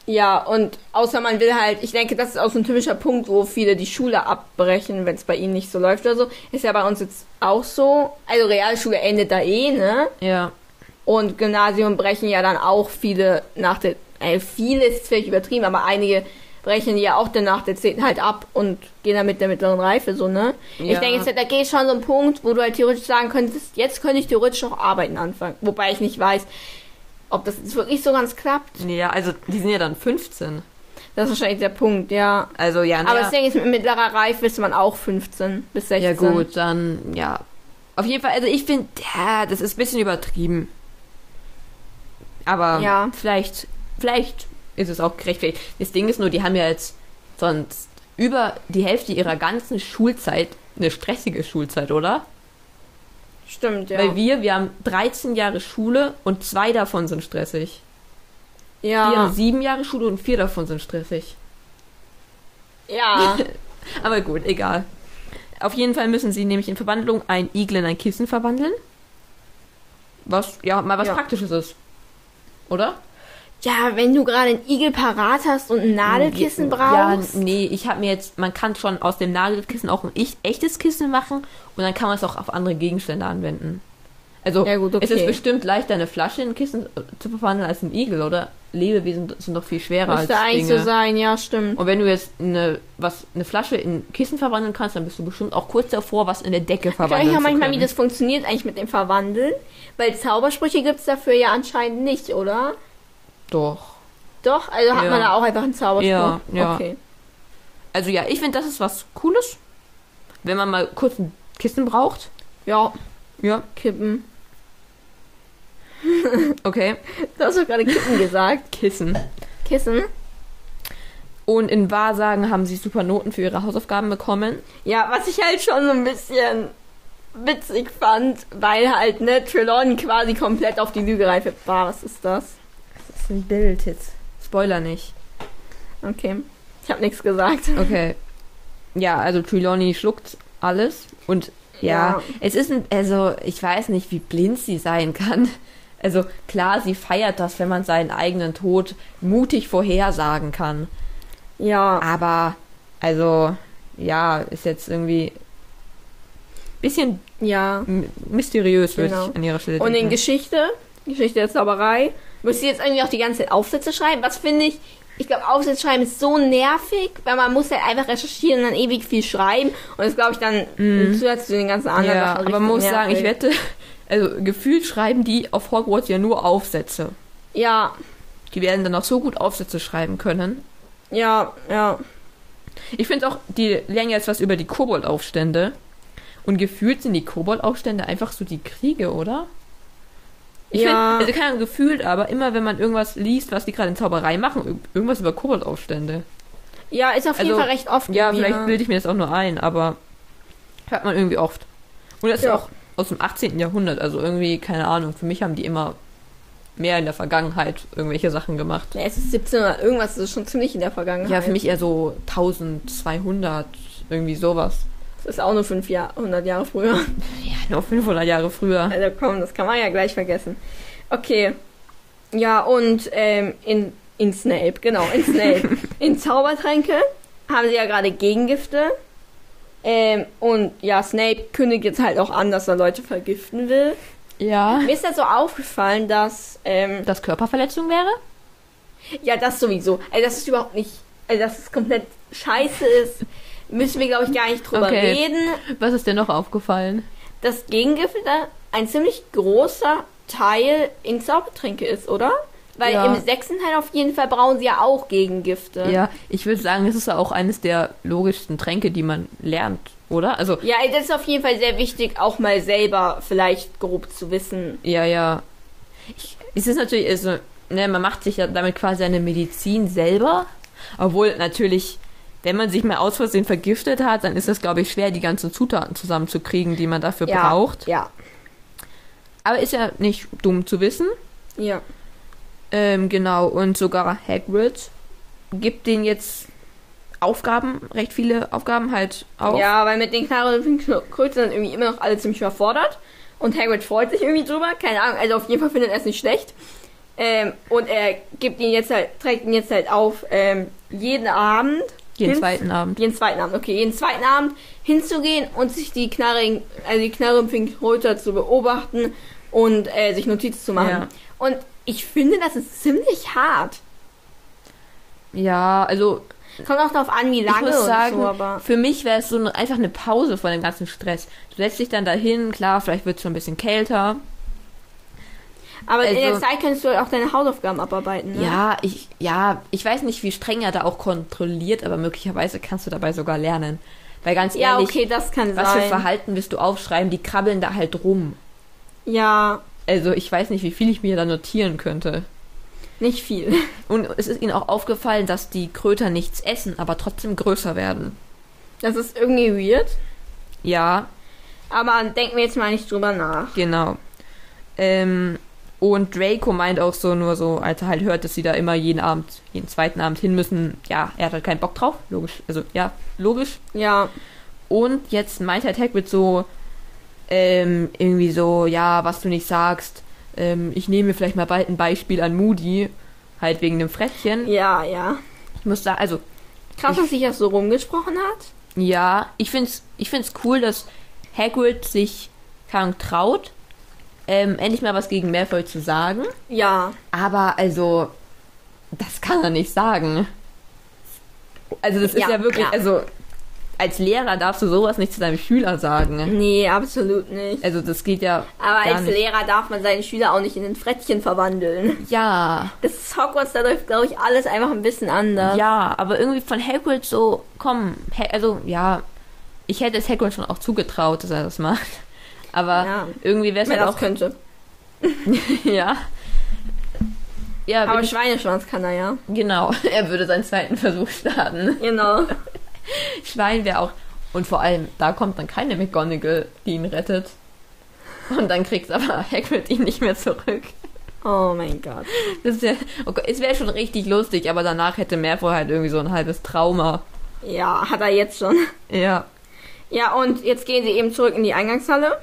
Ja, und außer man will halt, ich denke, das ist auch so ein typischer Punkt, wo viele die Schule abbrechen, wenn es bei ihnen nicht so läuft oder so. Ist ja bei uns jetzt auch so. Also Realschule endet da eh, ne? Ja. Und Gymnasium brechen ja dann auch viele nach der, äh, viele ist vielleicht übertrieben, aber einige brechen ja auch dann nach der 10. halt ab und gehen dann mit der mittleren Reife so, ne? Ich Ja. denke, jetzt, da geht schon so ein Punkt, wo du halt theoretisch sagen könntest, jetzt könnte ich theoretisch auch arbeiten anfangen. Wobei ich nicht weiß, ob das jetzt wirklich so ganz klappt. Ja, also die sind ja dann 15. Das ist wahrscheinlich der Punkt, ja. Also ja, Aber naja. das Ding ist, mit mittlerer Reife ist man auch 15 bis 16. ja gut, dann ja. Auf jeden Fall, also ich finde, ja, das ist ein bisschen übertrieben. Aber Ja. vielleicht, vielleicht ist es auch gerechtfertigt. Das Ding ist nur, die haben ja jetzt sonst über die Hälfte ihrer ganzen Schulzeit eine stressige Schulzeit, oder? Stimmt, ja. Weil wir, wir haben 13 Jahre Schule und zwei davon sind stressig. Wir ja. haben sieben Jahre Schule und vier davon sind stressig. Ja. Aber gut, egal. Auf jeden Fall müssen sie nämlich in Verwandlung ein Igel in ein Kissen verwandeln. was, ja, mal was Ja. Praktisches ist. Oder? Ja, wenn du gerade einen Igel parat hast und ein Nadelkissen brauchst. Hm, Ja, nee, ich habe mir jetzt, man kann schon aus dem Nagelkissen auch ein ich- echtes Kissen machen und dann kann man es auch auf andere Gegenstände anwenden. Also, Ja, gut, es ist okay. bestimmt leichter, eine Flasche in ein Kissen äh, zu verwandeln als ein Igel, oder? Lebewesen sind doch viel schwerer Müsste als eigentlich Dinge. so sein, ja, stimmt. Und wenn du jetzt eine, was, eine Flasche in ein Kissen verwandeln kannst, dann bist du bestimmt auch kurz davor, was in der Decke Ich frage verwandeln mich auch zu manchmal, können. wie das funktioniert eigentlich mit dem Verwandeln. Weil Zaubersprüche gibt's dafür ja anscheinend nicht, oder? Doch. Doch, also hat Ja. man da auch einfach einen Zauberspruch. Ja, ja. Okay. Also ja, ich finde, das ist was Cooles, wenn man mal kurz ein Kissen braucht. Ja, Ja, kippen. okay. Du hast doch gerade kippen gesagt. Kissen. Kissen? Und in Wahrsagen haben sie super Noten für ihre Hausaufgaben bekommen. Ja, was ich halt schon so ein bisschen witzig fand, weil halt, ne, Trelawney quasi komplett auf die Lüge reif war. Was ist das? Das ist ein Bild jetzt. Spoiler nicht. Okay. Ich habe nichts gesagt. Okay. Ja, also Trelawney schluckt alles und ja, Ja. es ist ein, also ich weiß nicht, wie blind sie sein kann. Also klar, sie feiert das, wenn man seinen eigenen Tod mutig vorhersagen kann. Ja. Aber also ja, ist jetzt irgendwie bisschen Ja. m- mysteriös, würde Genau. ich an ihrer Stelle Und in denken. Geschichte, Geschichte der Zauberei, müsst ihr jetzt irgendwie auch die ganze Zeit Aufsätze schreiben. Was finde ich, ich glaube, Aufsätze schreiben ist so nervig, weil man muss halt einfach recherchieren und dann ewig viel schreiben. Und das glaube ich dann im Zusatz zu den ganzen anderen Mhm. ja, Sachen aber man Ah, richtig muss sagen, ich nervig. wette, also gefühlt schreiben die auf Hogwarts ja nur Aufsätze. Ja, Die werden dann auch so gut Aufsätze schreiben können. ja, ja. Ich finde auch, die lernen jetzt was über die Koboldaufstände. Und gefühlt sind die Koboldaufstände einfach so die Kriege, oder? Ich Ja. finde, also keine Ahnung, gefühlt, aber immer wenn man irgendwas liest, was die gerade in Zauberei machen, ir- irgendwas über Koboldaufstände. Ja, ist auf jeden Also, Fall recht oft. Ja, irgendwie, vielleicht ne? bilde ich mir das auch nur ein, aber hört man irgendwie oft. Und das Ja. ist auch aus dem 18. Jahrhundert, also irgendwie, keine Ahnung, für mich haben die immer mehr in der Vergangenheit irgendwelche Sachen gemacht. Ne, es ist 17 oder irgendwas, das ist schon ziemlich in der Vergangenheit. Ja, für mich eher so 1200, irgendwie sowas. Das ist auch nur 500 Jahre früher. Ja, nur 500 Jahre früher. Also komm, das kann man ja gleich vergessen. Okay. Ja, und ähm, in, in Snape, genau, in Snape. in Zaubertränke haben sie ja gerade Gegengifte. Ähm, und ja, Snape kündigt jetzt halt auch an, dass er Leute vergiften will. Ja. Mir ist das so aufgefallen, dass, ähm, Dass Körperverletzung wäre? ja, das sowieso, also das ist überhaupt nicht, also dass es komplett scheiße ist, müssen wir, glaube ich, gar nicht drüber Okay. reden. Was ist dir noch aufgefallen? dass Gegengift da ein ziemlich großer Teil in Zaubertränke ist, oder? Weil Ja. im sechsten Teil auf jeden Fall brauen sie ja auch Gegengifte. Ja, ich würde sagen, es ist ja auch eines der logischsten Tränke, die man lernt, oder? Also, Ja, das ist auf jeden Fall sehr wichtig, auch mal selber vielleicht grob zu wissen. ja, ja. Ich, es ist natürlich, also, ne, man macht sich ja damit quasi eine Medizin selber. Obwohl natürlich, wenn man sich mal aus Versehen vergiftet hat, dann ist es, glaube ich, schwer, die ganzen Zutaten zusammenzukriegen, die man dafür Ja. braucht. Ja. Aber ist ja nicht dumm zu wissen. Ja. Ähm, genau, und sogar Hagrid gibt denen jetzt Aufgaben, recht viele Aufgaben halt auch. Ja, weil mit den Knarren und den Kröten sind irgendwie immer noch alle ziemlich überfordert. Und Hagrid freut sich irgendwie drüber, keine Ahnung, also auf jeden Fall findet er es nicht schlecht. Ähm, und er gibt ihn jetzt halt, trägt ihn jetzt halt auf, ähm, jeden Abend jeden Hinz- zweiten Abend. Jeden zweiten Abend, okay, jeden zweiten Abend hinzugehen und sich die Knarre, in- also die Knarre im Pinkröter zu beobachten und äh, sich Notizen zu machen. Ja. Und ich finde, das ist ziemlich hart. Ja, also Kommt auch darauf an, wie lange ich muss sagen, und so, aber. für mich wäre es so eine, einfach eine Pause von dem ganzen Stress. Du setzt dich dann dahin, klar, vielleicht wird es schon ein bisschen kälter. Aber in der also- Zeit kannst du halt auch deine Hausaufgaben abarbeiten, ne? Ja, ich, ja, ich weiß nicht, wie streng er da auch kontrolliert, aber möglicherweise kannst du dabei sogar lernen. Weil ganz Ja, ehrlich, okay, das kann was für sein. Verhalten wirst du aufschreiben? Die krabbeln da halt rum. ja, Also ich weiß nicht, wie viel ich mir da notieren könnte. nicht viel. Und es ist ihnen auch aufgefallen, dass die Kröter nichts essen, aber trotzdem größer werden. Das ist irgendwie weird. Ja, Aber denken wir jetzt mal nicht drüber nach. genau. Ähm, und Draco meint auch so nur so, als er halt hört, dass sie da immer jeden Abend, jeden zweiten Abend hin müssen. Ja, er hat halt keinen Bock drauf, logisch. Also ja, logisch. Ja. Und jetzt meint halt Hagrid so, ähm, irgendwie so, ja, was du nicht sagst, ähm, ich nehme mir vielleicht mal bald ein Beispiel an Moody, halt wegen dem Frettchen. Ja, ja. Ich muss sagen, also Krass, dass sich das so rumgesprochen hat. Ja, ich find's, ich find's cool, dass Hagrid sich keine Ahnung, traut, ähm, endlich mal was gegen Malfoy zu sagen. Ja. Aber also, das kann er nicht sagen. Also das ist ja, Ja, wirklich, ja. also als Lehrer darfst du sowas nicht zu deinem Schüler sagen. Nee, absolut nicht. Also das geht ja. Aber gar als nicht. Lehrer darf man seine Schüler auch nicht in ein Frettchen verwandeln. Ja, Das ist Hogwarts, da läuft, glaube ich, alles einfach ein bisschen anders. ja, aber irgendwie von Hagrid so, komm, Ha- also ja, ich hätte es Hagrid schon auch zugetraut, dass er das macht. Aber Ja. irgendwie wäre es Wenn halt er auch das könnte. Ja. Ja, Aber bin- Schweineschwanz kann er ja. genau. Er würde seinen zweiten Versuch starten. Genau. Schwein wäre auch. Und vor allem, da kommt dann keine McGonagall, die ihn rettet. Und dann kriegt aber Hagrid ihn nicht mehr zurück. Oh mein Gott. Das wär, oh Gott, es wäre schon richtig lustig, aber danach hätte Malfoy halt irgendwie so ein halbes Trauma. Ja, hat er jetzt schon. Ja. Ja, und jetzt gehen sie eben zurück in die Eingangshalle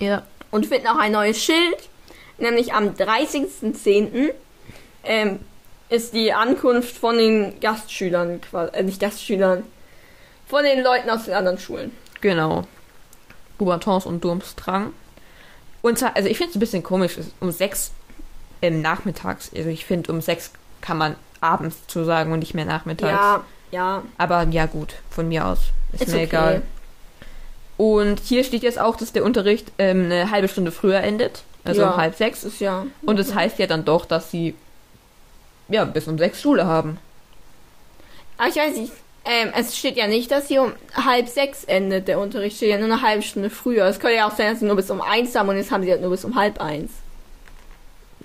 Ja. und finden auch ein neues Schild. Nämlich am 30.10. Ähm, ist die Ankunft von den Gastschülern, qua- äh, nicht Gastschülern, von den Leuten aus den anderen Schulen. Genau. Hubertons und Durmstrang. Und zwar, also ich finde es ein bisschen komisch, es ist um sechs ähm, nachmittags. Also ich finde, um sechs kann man abends zu sagen und nicht mehr nachmittags. Ja, ja, Aber ja, gut, von mir aus. Ist, Ist mir okay. egal. Und hier steht jetzt auch, dass der Unterricht ähm, eine halbe Stunde früher endet. Also Ja. um halb es sechs. ist ja. Und das heißt ja dann doch, dass sie ja bis um sechs Schule haben. Aber ich weiß nicht, ähm, es steht ja nicht, dass hier um halb sechs endet der Unterricht, steht ja nur eine halbe Stunde früher. Es könnte ja auch sein, dass sie nur bis um eins haben und jetzt haben sie halt nur bis um halb eins.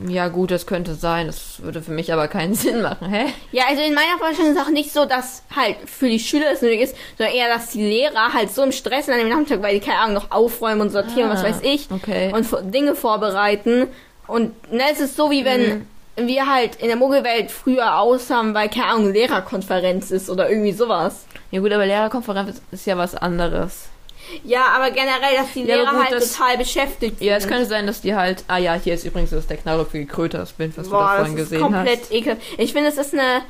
Ja, gut, das könnte sein. Das würde für mich aber keinen Sinn machen, hä? Ja, also in meiner Vorstellung ist auch nicht so, dass halt für die Schüler es nötig ist, sondern eher, dass die Lehrer halt so im Stress sind an dem Nachmittag, weil die keine Ahnung noch aufräumen und sortieren, was Ah, weiß ich, Okay. und vor- Dinge vorbereiten. Und ne, es ist so, wie wenn wir halt in der Muggelwelt früher aus haben, weil keine Ahnung, Lehrerkonferenz ist oder irgendwie sowas. ja, gut, aber Lehrerkonferenz ist, ist ja was anderes. Ja, aber generell, dass die Ja, aber Lehrer gut, halt das- total beschäftigt sind. Ja, es könnte sein, dass die halt. Ah, ja, hier ist übrigens das der knarrige Kröterspind, was du da Boah, das vorhin ist gesehen komplett hast. ekelhaft. Ich finde, es ist eine.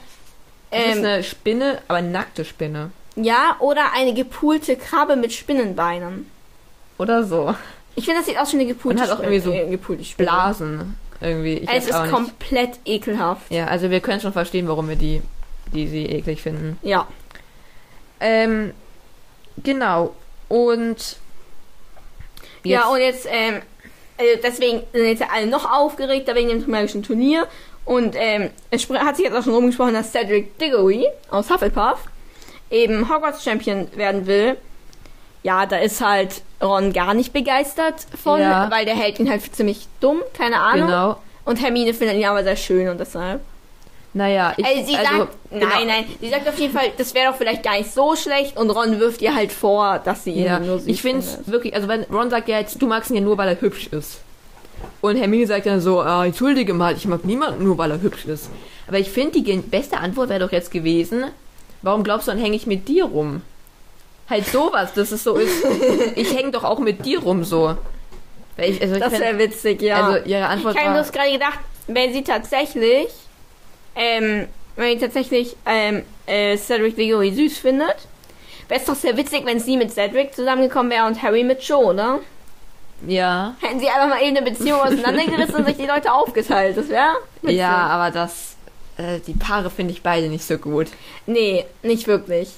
Das ist Ähm, eine Spinne, aber eine nackte Spinne. ja, oder eine gepulte Krabbe mit Spinnenbeinen. Oder so. Ich finde, das sieht aus wie eine gepulte Und hat auch Spinne- irgendwie so äh, gepulte Spinne. Blasen irgendwie. es Ich weiß auch ist nicht. komplett ekelhaft. Ja, also wir können schon verstehen, warum wir die, die sie eklig finden. Ja. Ähm, genau. Und jetzt, Ja, und jetzt, ähm, äh, deswegen sind jetzt ja alle noch aufgeregter wegen dem magischen Turnier. Und ähm, es spr- hat sich jetzt auch schon rumgesprochen, dass Cedric Diggory aus Hufflepuff eben Hogwarts-Champion werden will. Ja, da ist halt Ron gar nicht begeistert von, Ja. weil der hält ihn halt für ziemlich dumm, keine Ahnung. genau. Und Hermine findet ihn aber sehr schön und deshalb. Naja, ich, Also sie sagt, genau. nein, nein, sie sagt auf jeden Fall, das wäre doch vielleicht gar nicht so schlecht und Ron wirft ihr halt vor, dass sie ihn Ja, nur süß ich find's findet. wirklich, also wenn Ron sagt ja jetzt, du magst ihn ja nur, weil er hübsch ist. Und Hermine sagt dann so, ah, entschuldige mal, ich mag niemanden nur, weil er hübsch ist. Aber ich finde, die gen- beste Antwort wäre doch jetzt gewesen, warum glaubst du, dann hänge ich mit dir rum? Halt sowas, dass es so ist. ich hänge doch auch mit dir rum so. Weil ich, also ich Das fänd- wäre witzig, ja. Also ihre Antwort ich habe mir war, das gerade gedacht, wenn sie tatsächlich, ähm, wenn sie tatsächlich ähm, äh, Cedric Diggory süß findet, wäre es doch sehr witzig, wenn sie mit Cedric zusammengekommen wäre und Harry mit Joe, oder? ja, Hätten sie einfach mal eben eine Beziehung auseinandergerissen und sich die Leute aufgeteilt, das wäre witzig. ja, aber das, äh, die Paare finde ich beide nicht so gut. Nee, nicht wirklich.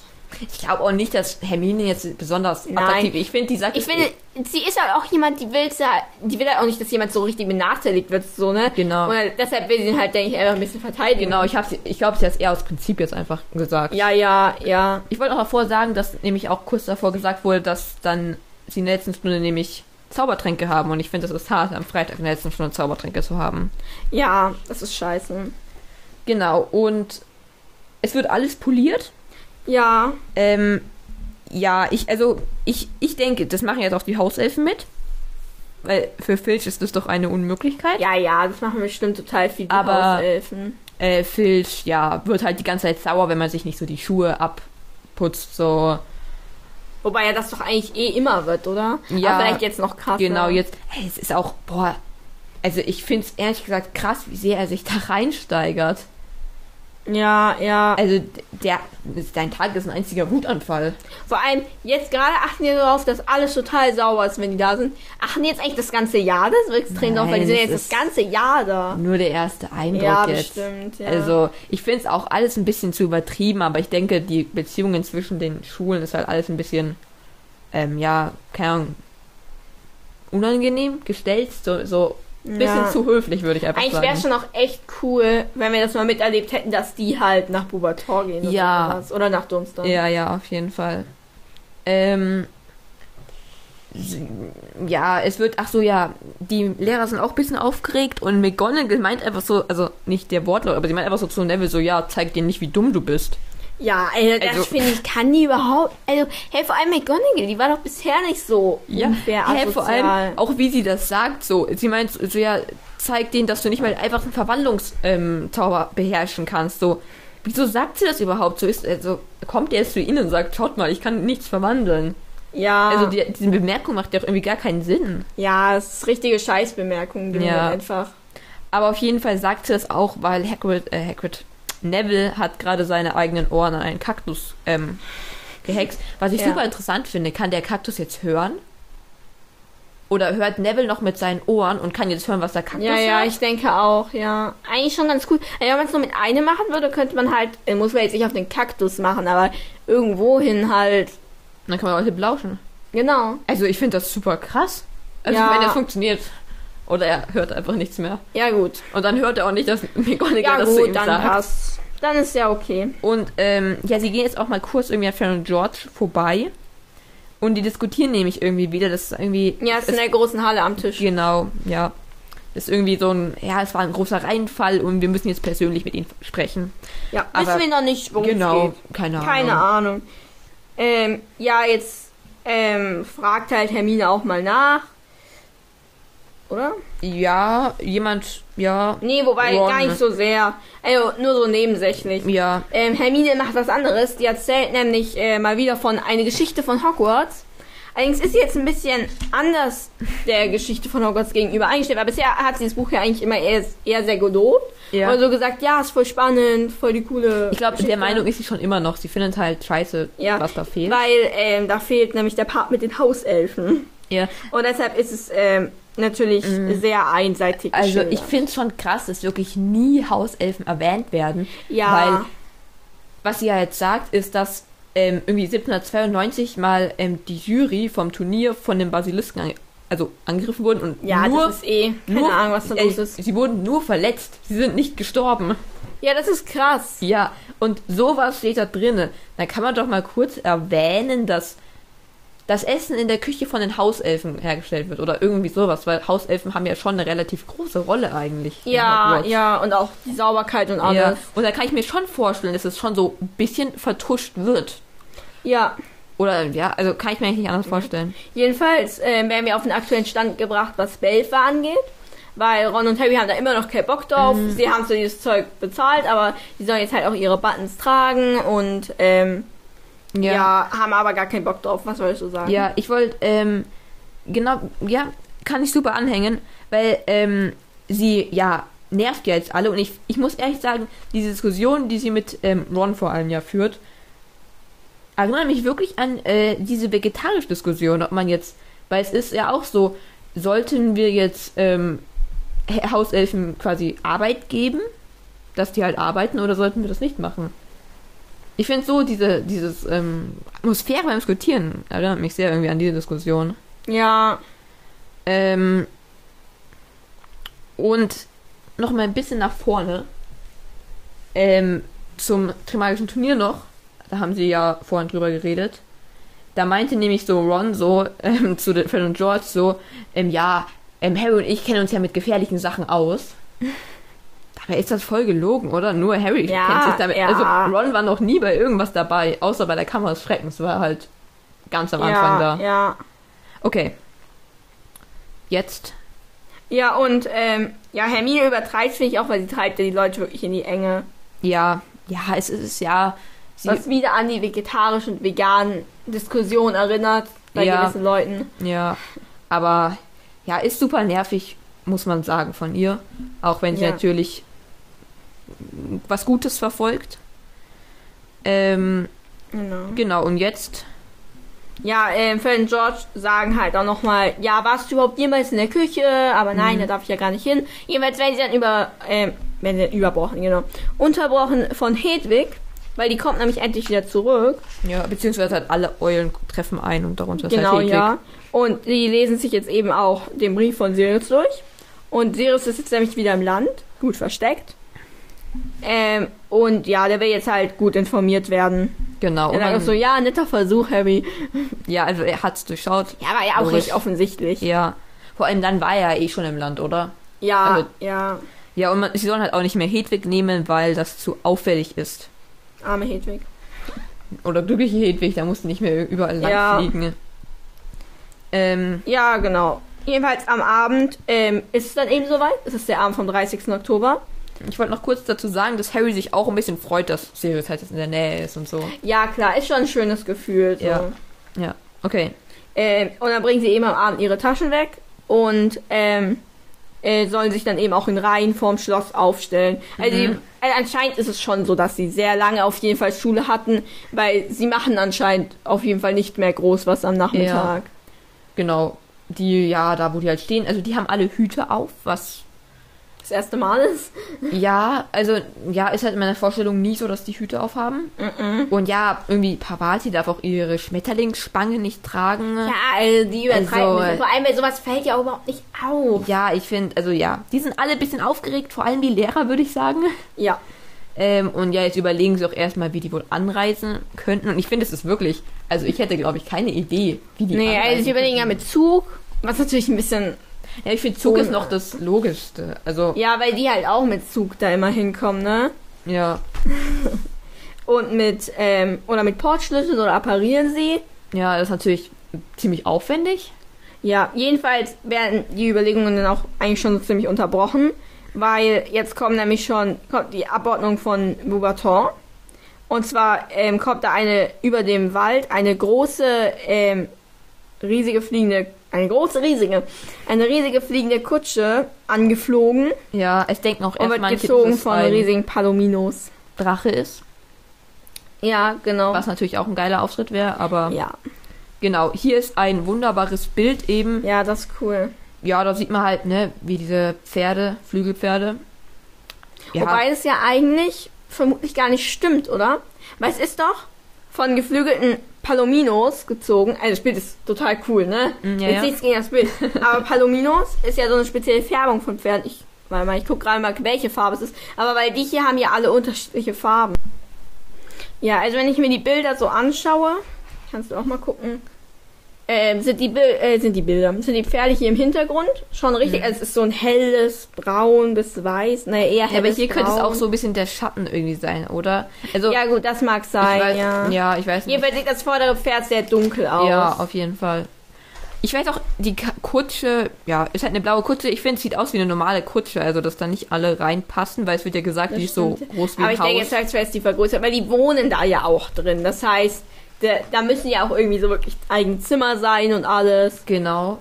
Ich glaube auch nicht, dass Hermine jetzt besonders Nein. attraktiv. Ich finde, die sagt, eh Ich finde, sie ist halt auch jemand, die will ja, die will halt auch nicht, dass jemand so richtig benachteiligt wird, so, ne? Genau. Und deshalb will sie ihn halt, denke ich, einfach ein bisschen verteidigen. Genau, ich, hab sie- ich glaube, sie hat es eher aus Prinzip jetzt einfach gesagt. Ja, ja, ja. Ich wollte auch davor sagen, dass nämlich auch kurz davor gesagt wurde, dass dann sie in der letzten Stunde nämlich Zaubertränke haben. Und ich finde, das ist hart, am Freitag in der letzten Stunde Zaubertränke zu haben. Ja, das ist scheiße. Genau, und es wird alles poliert. Ja, Ähm, ja, ich, also, ich, ich denke, das machen jetzt auch die Hauselfen mit. Weil für Filch ist das doch eine Unmöglichkeit. ja, ja, das machen bestimmt total viele Aber- Hauselfen. äh, Filch, ja, wird halt die ganze Zeit sauer, wenn man sich nicht so die Schuhe abputzt, so. Wobei ja das doch eigentlich eh immer wird, oder? Ja. Aber vielleicht jetzt noch krasser. Genau, jetzt, hey, es ist auch, boah, Also ich finde es ehrlich gesagt krass, wie sehr er sich da reinsteigert. Ja, ja. Also d- der, dein Tag ist ein einziger Wutanfall. Vor allem, jetzt gerade achten wir darauf, dass alles total sauber ist, wenn die da sind. Achten die jetzt eigentlich das ganze Jahr das so extrem drauf, weil die sind Nein, ja das jetzt das ist- ganze Jahr da. Nur der erste Eindruck Ja, jetzt. bestimmt, ja. Also ich finde es auch alles ein bisschen zu übertrieben, aber ich denke, die Beziehungen zwischen den Schulen ist halt alles ein bisschen, ähm, ja, keine Ahnung, unangenehm gestellt, so, so ein bisschen Ja. zu höflich, würde ich einfach Eigentlich wäre sagen. schon auch echt cool, wenn wir das mal miterlebt hätten, dass die halt nach Bubator gehen oder Ja. sowas. Oder nach Domstan. Ja, ja, auf jeden Fall. Ähm, s- ja, es wird, ach so, ja, die Lehrer sind auch ein bisschen aufgeregt und McGonagall meint einfach so, also nicht der Wortlaut, aber sie meint einfach so zu Neville so, ja, zeig dir nicht, wie dumm du bist. Ja, also das Also- finde ich, kann die überhaupt. Also, hey, vor allem McGonagall, die war doch bisher nicht so Ja, unfair hä, asozial. vor allem auch wie sie das sagt, so, sie meint so, ja, zeig denen, dass du nicht mal einfach einen Verwandlungszauber ähm, Zauber beherrschen kannst, so. Wieso sagt sie das überhaupt? So ist, also kommt er jetzt zu ihnen und sagt, schaut mal, ich kann nichts verwandeln. Ja, Also die, diese Bemerkung macht ja auch irgendwie gar keinen Sinn. ja, es ist richtige Scheißbemerkung, die Ja. einfach. Aber auf jeden Fall sagt sie das auch, weil Hagrid, äh, Hagrid, Neville hat gerade seine eigenen Ohren an einen Kaktus ähm, gehext. Was ich Ja. super interessant finde, kann der Kaktus jetzt hören? Oder hört Neville noch mit seinen Ohren und kann jetzt hören, was der Kaktus Ja, ja, hört? ich denke auch, ja. Eigentlich schon ganz cool. Also, wenn man es nur mit einem machen würde, könnte man halt, äh, muss man jetzt nicht auf den Kaktus machen, aber irgendwohin halt. Dann kann man Leute belauschen. Genau. Also ich finde das super krass. Also Ja. wenn das funktioniert. Oder er hört einfach nichts mehr. Ja, gut. Und dann hört er auch nicht, dass McGonagall Ja, das zu ihm gut, dann sagt. passt. Dann ist ja okay. Und ähm, ja, sie gehen jetzt auch mal kurz irgendwie an Fern und George vorbei. Und die diskutieren nämlich irgendwie wieder. Das ist irgendwie. Ja, es ist in es- der großen Halle am Tisch. Genau, ja. Das ist irgendwie so ein. Ja, es war ein großer Reinfall und wir müssen jetzt persönlich mit ihnen sprechen. Ja, aber- wissen wir noch nicht, worum es genau, geht. keine Ahnung. Keine Ahnung. Ähm, ja, jetzt ähm, fragt halt Hermine auch mal nach. Oder? Ja, jemand. Ja. Nee, wobei Ron. ne? gar nicht so sehr. Also nur so nebensächlich. Ja. Ähm, Hermine macht was anderes. Die erzählt nämlich äh, mal wieder von eine Geschichte von Hogwarts. Allerdings ist sie jetzt ein bisschen anders der Geschichte von Hogwarts gegenüber eingestellt, weil bisher hat sie das Buch ja eigentlich immer eher, eher sehr gelobt. Ja. Und so gesagt, ja, ist voll spannend, voll die coole. Also, Ich glaube, der Geschichte. Meinung ist sie schon immer noch. Sie findet halt scheiße, Ja, was da fehlt. Weil ähm, da fehlt nämlich der Part mit den Hauselfen. Ja. Und deshalb ist es ähm, natürlich sehr einseitig. Mm. Also ich geschildert. finde es schon krass, dass wirklich nie Hauselfen erwähnt werden. Ja. Weil was sie ja jetzt sagt, ist, dass ähm, irgendwie 1792 mal ähm, die Jury vom Turnier von den Basilisken an, also angegriffen wurden und ja, nur, das ist eh. Keine nur Ahnung, was da äh, los ist. sie wurden nur verletzt, sie sind nicht gestorben. Ja, das ist krass. Ja, und sowas steht da drinne. Da kann man doch mal kurz erwähnen, dass das Essen in der Küche von den Hauselfen hergestellt wird oder irgendwie sowas, weil Hauselfen haben ja schon eine relativ große Rolle eigentlich. in Ja, Hogwarts. ja, und auch die Sauberkeit und Ja. alles. Und da kann ich mir schon vorstellen, dass es schon so ein bisschen vertuscht wird. Ja. Oder ja, also kann ich mir eigentlich nicht anders vorstellen. Jedenfalls äh, werden wir auf den aktuellen Stand gebracht, was Belfer angeht. Weil Ron und Harry haben da immer noch keinen Bock drauf. Mm. Sie haben so dieses Zeug bezahlt, aber die sollen jetzt halt auch ihre Buttons tragen und ähm, ja. haben aber gar keinen Bock drauf. Was soll ich so sagen? Ja, ich wollte, ähm, genau, ja, kann ich super anhängen, weil, ähm, sie, ja, nervt ja jetzt alle und ich, ich muss ehrlich sagen, diese Diskussion, die sie mit, ähm, Ron vor allem ja führt, erinnert mich wirklich an, äh, diese vegetarische Diskussion, ob man jetzt, weil es ist ja auch so, sollten wir jetzt, ähm, Ha- Hauselfen quasi Arbeit geben, dass die halt arbeiten, oder sollten wir das nicht machen? Ich finde so diese dieses ähm, Atmosphäre beim Diskutieren erinnert mich sehr irgendwie an diese Diskussion. Ja, Ähm, und noch mal ein bisschen nach vorne ähm, zum Trimagischen Turnier noch. Da haben sie ja vorhin drüber geredet. Da meinte nämlich so Ron so ähm, zu den- Fred und George so, ähm, ja, ähm, Harry und ich kennen uns ja mit gefährlichen Sachen aus. Dabei ist das voll gelogen, oder? Nur Harry Ja, kennt sich damit. ja. Also Ron war noch nie bei irgendwas dabei, außer bei der Kammer des Schreckens, war halt ganz am ja, Anfang da. ja. Okay. Jetzt. Ja, und ähm, ja, Hermine übertreibt finde ich auch, weil sie treibt ja die Leute wirklich in die Enge. Ja, ja, es ist ja. Sie, Was wieder an die vegetarischen und veganen Diskussionen erinnert bei Ja. gewissen Leuten. Ja, aber ja, ist super nervig. muss man sagen, von ihr. Auch wenn sie Ja. natürlich was Gutes verfolgt. Ähm, Genau. genau, und jetzt? Ja, ähm, Fred und George sagen halt auch nochmal, ja, warst du überhaupt jemals in der Küche? Aber Mhm. nein, da darf ich ja gar nicht hin. Jedenfalls werden sie dann über, ähm, werden sie dann überbrochen, genau. Unterbrochen von Hedwig, weil die kommt nämlich endlich wieder zurück. Ja, beziehungsweise halt alle Eulen treffen ein und darunter ist genau, halt Hedwig. ja. Und die lesen sich jetzt eben auch den Brief von Sirius durch. Und Sirius ist jetzt nämlich wieder im Land, gut versteckt. Ähm, und ja, der will jetzt halt gut informiert werden. Genau, Er und sagt auch man, so, ja, also- netter Versuch, Harry. ja, also er hat's durchschaut. Ja, war ja auch Logisch. recht offensichtlich. Ja. Vor allem dann war er eh schon im Land, oder? Ja, Also- ja, Ja, und man, sie sollen halt auch nicht mehr Hedwig nehmen, weil das zu auffällig ist. arme Hedwig. Oder glückliche Hedwig, da musst du nicht mehr überall lang Ja. fliegen. Ähm, Ja, genau. Jedenfalls am Abend ähm, ist es dann eben soweit. Es ist der Abend vom 30. Oktober. ich wollte noch kurz dazu sagen, dass Harry sich auch ein bisschen freut, dass Sirius halt jetzt in der Nähe ist und so. Ja, klar, ist schon ein schönes Gefühl. So. Ja. Okay. Ähm, und dann bringen sie eben am Abend ihre Taschen weg und ähm, äh, sollen sich dann eben auch in Reihen vorm Schloss aufstellen. Also, Mhm. sie- also anscheinend ist es schon so, dass sie sehr lange auf jeden Fall Schule hatten, weil sie machen anscheinend auf jeden Fall nicht mehr groß was am Nachmittag. Genau. Die, ja, da wo die halt stehen, also die haben alle Hüte auf, was. Das erste Mal ist. Ja, also, ja, ist halt in meiner Vorstellung nie so, dass die Hüte aufhaben. Mhm. Und ja, irgendwie Pavati darf auch ihre Schmetterlingsspange nicht tragen. Ja, also die übertreiben Also, es. Und Vor allem, weil sowas fällt ja auch überhaupt nicht auf. Ja, ich finde, also ja, die sind alle ein bisschen aufgeregt, vor allem die Lehrer, würde ich sagen. Ja. Ähm, und ja, jetzt überlegen sie auch erstmal, wie die wohl anreisen könnten. Und ich finde, es ist wirklich, also ich hätte, glaube ich, keine Idee, wie die Nee, also anreisen sie überlegen ja könnten. mit Zug, was natürlich ein bisschen. Ja, ich finde, Zug ist Ohne. noch das Logischste. Also, Ja, weil die halt auch mit Zug da immer hinkommen, ne? ja, Und mit, ähm, oder mit Portschlüsseln oder apparieren sie. ja, das ist natürlich ziemlich aufwendig. Ja, jedenfalls werden die Überlegungen dann auch eigentlich schon so ziemlich unterbrochen, weil jetzt kommen nämlich schon, kommt die Abordnung von Beaubaton. Und zwar ähm, kommt da eine über dem Wald, eine große, ähm, riesige fliegende, eine große, riesige, eine riesige fliegende Kutsche angeflogen Ja, es denken auch und wird erstmal manche, gezogen dass es von ein riesigen Palominos. Drache ist, Ja, genau. was natürlich auch ein geiler Auftritt wäre, aber Ja, genau, hier ist ein wunderbares Bild eben ja, das ist cool. ja, da sieht man halt, ne, wie diese Pferde, Flügelpferde. Ja, Wobei es ja eigentlich vermutlich gar nicht stimmt, oder? Weil es ist doch von geflügelten Palominos gezogen. Also das Bild ist total cool, ne? Mm, ja, Jetzt ja. nichts gegen das Bild. Aber Palominos ist ja so eine spezielle Färbung von Pferden. Ich, warte mal, ich guck gerade mal, welche Farbe es ist. Aber weil die hier haben ja alle unterschiedliche Farben. Ja, also wenn ich mir die Bilder so anschaue, kannst du auch mal gucken. Ähm, sind die, Bil äh, sind die Bilder, sind die Pferde hier im Hintergrund schon richtig? Also es ist so ein helles Braun bis weiß, naja, eher ja, helles aber hier könnte es Braun. auch so ein bisschen der Schatten irgendwie sein, oder? Also, Ja, gut, das mag ich sein, weiß, ja. ja, ich weiß nicht. Jedenfalls sieht das vordere Pferd sehr dunkel aus. Ja, auf jeden Fall. Ich weiß auch, die Ka- Kutsche, ja, ist halt eine blaue Kutsche. Ich finde, es sieht aus wie eine normale Kutsche, also dass da nicht alle reinpassen, weil es wird ja gesagt, Das die ist so stimmt. groß wie aber ein ich denke, Haus. jetzt sagst du, ist die vergrößert, weil die wohnen da ja auch drin. Das heißt, da, da müssen ja auch irgendwie so wirklich eigen Zimmer sein und alles. genau.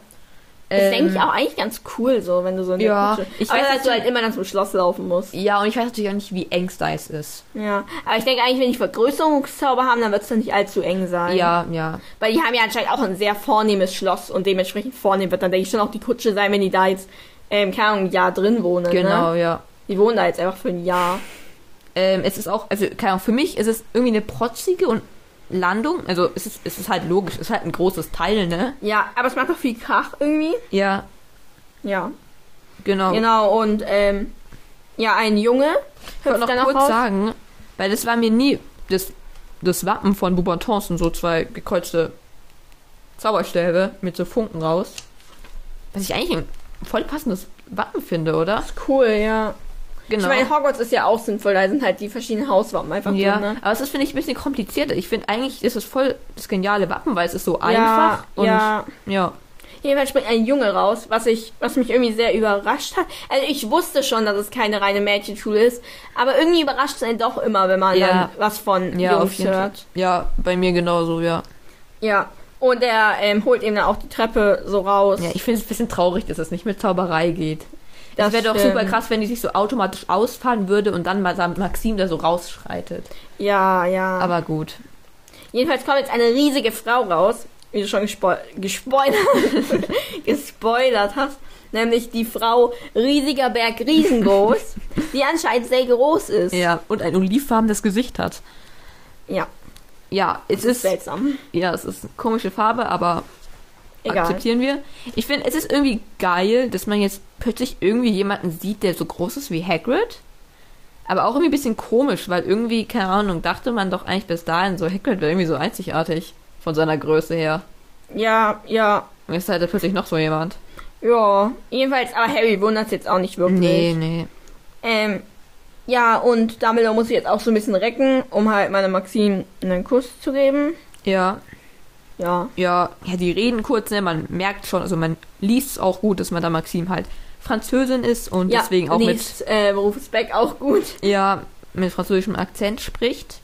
Das Ähm, denke ich auch eigentlich ganz cool, so, wenn du so eine ja, Kutsche- ich aber weiß, dass du dass- halt immer dann zum Schloss laufen musst. Ja, und ich weiß natürlich auch nicht, wie eng es da jetzt ist. Ja. Aber ich denke eigentlich, wenn die Vergrößerungszauber haben, dann wird es dann nicht allzu eng sein. Ja, ja. Weil die haben ja anscheinend auch ein sehr vornehmes Schloss und dementsprechend vornehm wird dann, denke ich, schon auch die Kutsche sein, wenn die da jetzt, ähm, keine Ahnung, ein Jahr drin wohnen. Ne? Genau, ja. Die wohnen da jetzt einfach für ein Jahr. Ähm, es ist auch, also keine Ahnung, für mich ist es irgendwie eine protzige und Landung. Also es ist, es ist halt logisch, es ist halt ein großes Teil, ne? Ja, aber es macht doch viel Krach irgendwie. Ja, Ja. genau. Genau, und ähm, ja, ein Junge. ich wollte noch dann auch kurz raus. sagen, weil das war mir nie das, das Wappen von Boubantons und so zwei gekreuzte Zauberstäbe mit so Funken raus. Was ich eigentlich ein voll passendes Wappen finde, oder? Ist cool, ja. Genau. Ich meine, Hogwarts ist ja auch sinnvoll, da sind halt die verschiedenen Hauswappen einfach ja, drin, ne? aber es ist, finde ich, ein bisschen komplizierter. Ich finde, eigentlich ist es voll das geniale Wappen, weil es ist so ja, einfach und ja. ja. Jedenfalls springt ein Junge raus, was ich, was mich irgendwie sehr überrascht hat. Also ich wusste schon, dass es keine reine Mädchenschule ist, aber irgendwie überrascht es einen doch immer, wenn man Ja. dann was von Ja, auf Jungs jeden Fall. hört. Ja, bei mir genauso, ja. Ja. Und er ähm, holt eben dann auch die Treppe so raus. Ja, ich finde es ein bisschen traurig, dass es nicht mit Zauberei geht. Das Das, ähm, wäre doch stimmt. super krass, wenn die sich so automatisch ausfahren würde und dann mal Sam- Maxim da so rausschreitet. ja. ja. Aber gut. Jedenfalls kommt jetzt eine riesige Frau raus, wie du schon gespo gespoilert, gespoilert hast. Nämlich die Frau riesiger Berg riesengroß, die anscheinend sehr groß ist. Ja, und ein olivfarbenes Gesicht hat. Ja, Ja, es ist, seltsam. ja, es ist eine komische Farbe, aber Egal. akzeptieren wir. Ich finde, es ist irgendwie geil, dass man jetzt plötzlich irgendwie jemanden sieht, der so groß ist wie Hagrid. Aber auch irgendwie ein bisschen komisch, weil irgendwie, keine Ahnung, dachte man doch eigentlich bis dahin so, Hagrid wäre irgendwie so einzigartig von seiner Größe her. Ja, ja, Und jetzt halt er plötzlich noch so jemand. ja. Jedenfalls, aber Harry wundert jetzt auch nicht wirklich. nee. Ähm, ja, und Dumbledore muss sich jetzt auch so ein bisschen recken, um halt meiner Maxine einen Kuss zu geben. Ja, Ja, ja, ja, die reden kurz, ne? Man merkt schon, also man liest es auch gut, dass man da Maxim halt Französin ist und ja deswegen auch liest, äh, Rufus Beck auch gut. mit ja mit französischem Akzent spricht.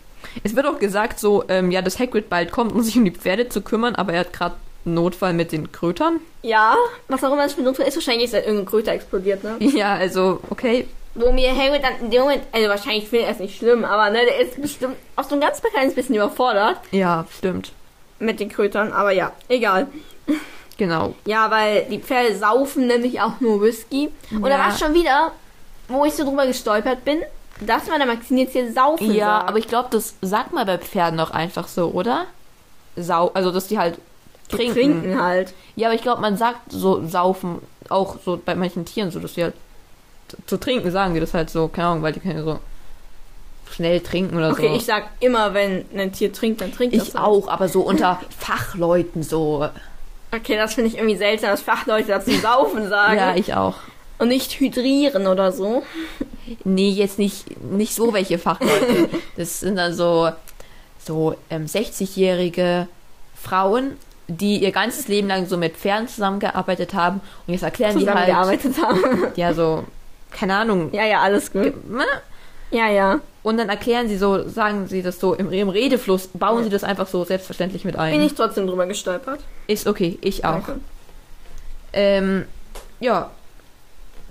Es wird auch gesagt, so ähm, ja, dass Hagrid bald kommt, um sich um die Pferde zu kümmern, aber er hat gerade einen Notfall mit den Krötern. Ja, was auch immer das für ein Notfall ist, wahrscheinlich ist halt irgendein Kröter explodiert, ne? Ja, also okay, Wo mir Harry dann in dem Moment, also wahrscheinlich finde er es nicht schlimm, aber ne, der ist bestimmt auch so ein ganz kleines bisschen überfordert ja, stimmt, mit den Krötern, aber ja, egal. genau. Ja, weil die Pferde saufen nämlich auch nur Whisky. Und da Ja. war es schon wieder, wo ich so drüber gestolpert bin, dass man der Maxine jetzt hier saufen Ja, sagt. aber ich glaube, das sagt man bei Pferden doch einfach so, oder? Sau, also dass die halt trinken. trinken. halt. Ja, aber ich glaube, man sagt so saufen auch so bei manchen Tieren so, dass die halt t- zu trinken sagen die das halt so, keine Ahnung, weil die können ja so schnell trinken oder Okay, so. ich sag immer, wenn ein Tier trinkt, dann trinkt das Also. ich halt. auch, aber so unter Fachleuten so. Okay, das finde ich irgendwie seltsam, dass Fachleute dazu saufen sagen Ja, ich auch. und nicht hydrieren oder so. Nee, jetzt nicht nicht so welche Fachleute. Das sind dann so so ähm, 60-jährige Frauen, die ihr ganzes Leben lang so mit Pferden zusammengearbeitet haben und jetzt erklären die halt Zusammengearbeitet haben. ja so keine Ahnung. ja, ja, alles gut. ne? Ja, ja. Und dann erklären sie so, sagen sie das so im, im Redefluss, bauen sie das einfach so selbstverständlich mit ein. Bin ich trotzdem drüber gestolpert. Ist okay, ich auch. Danke. Ähm, ja.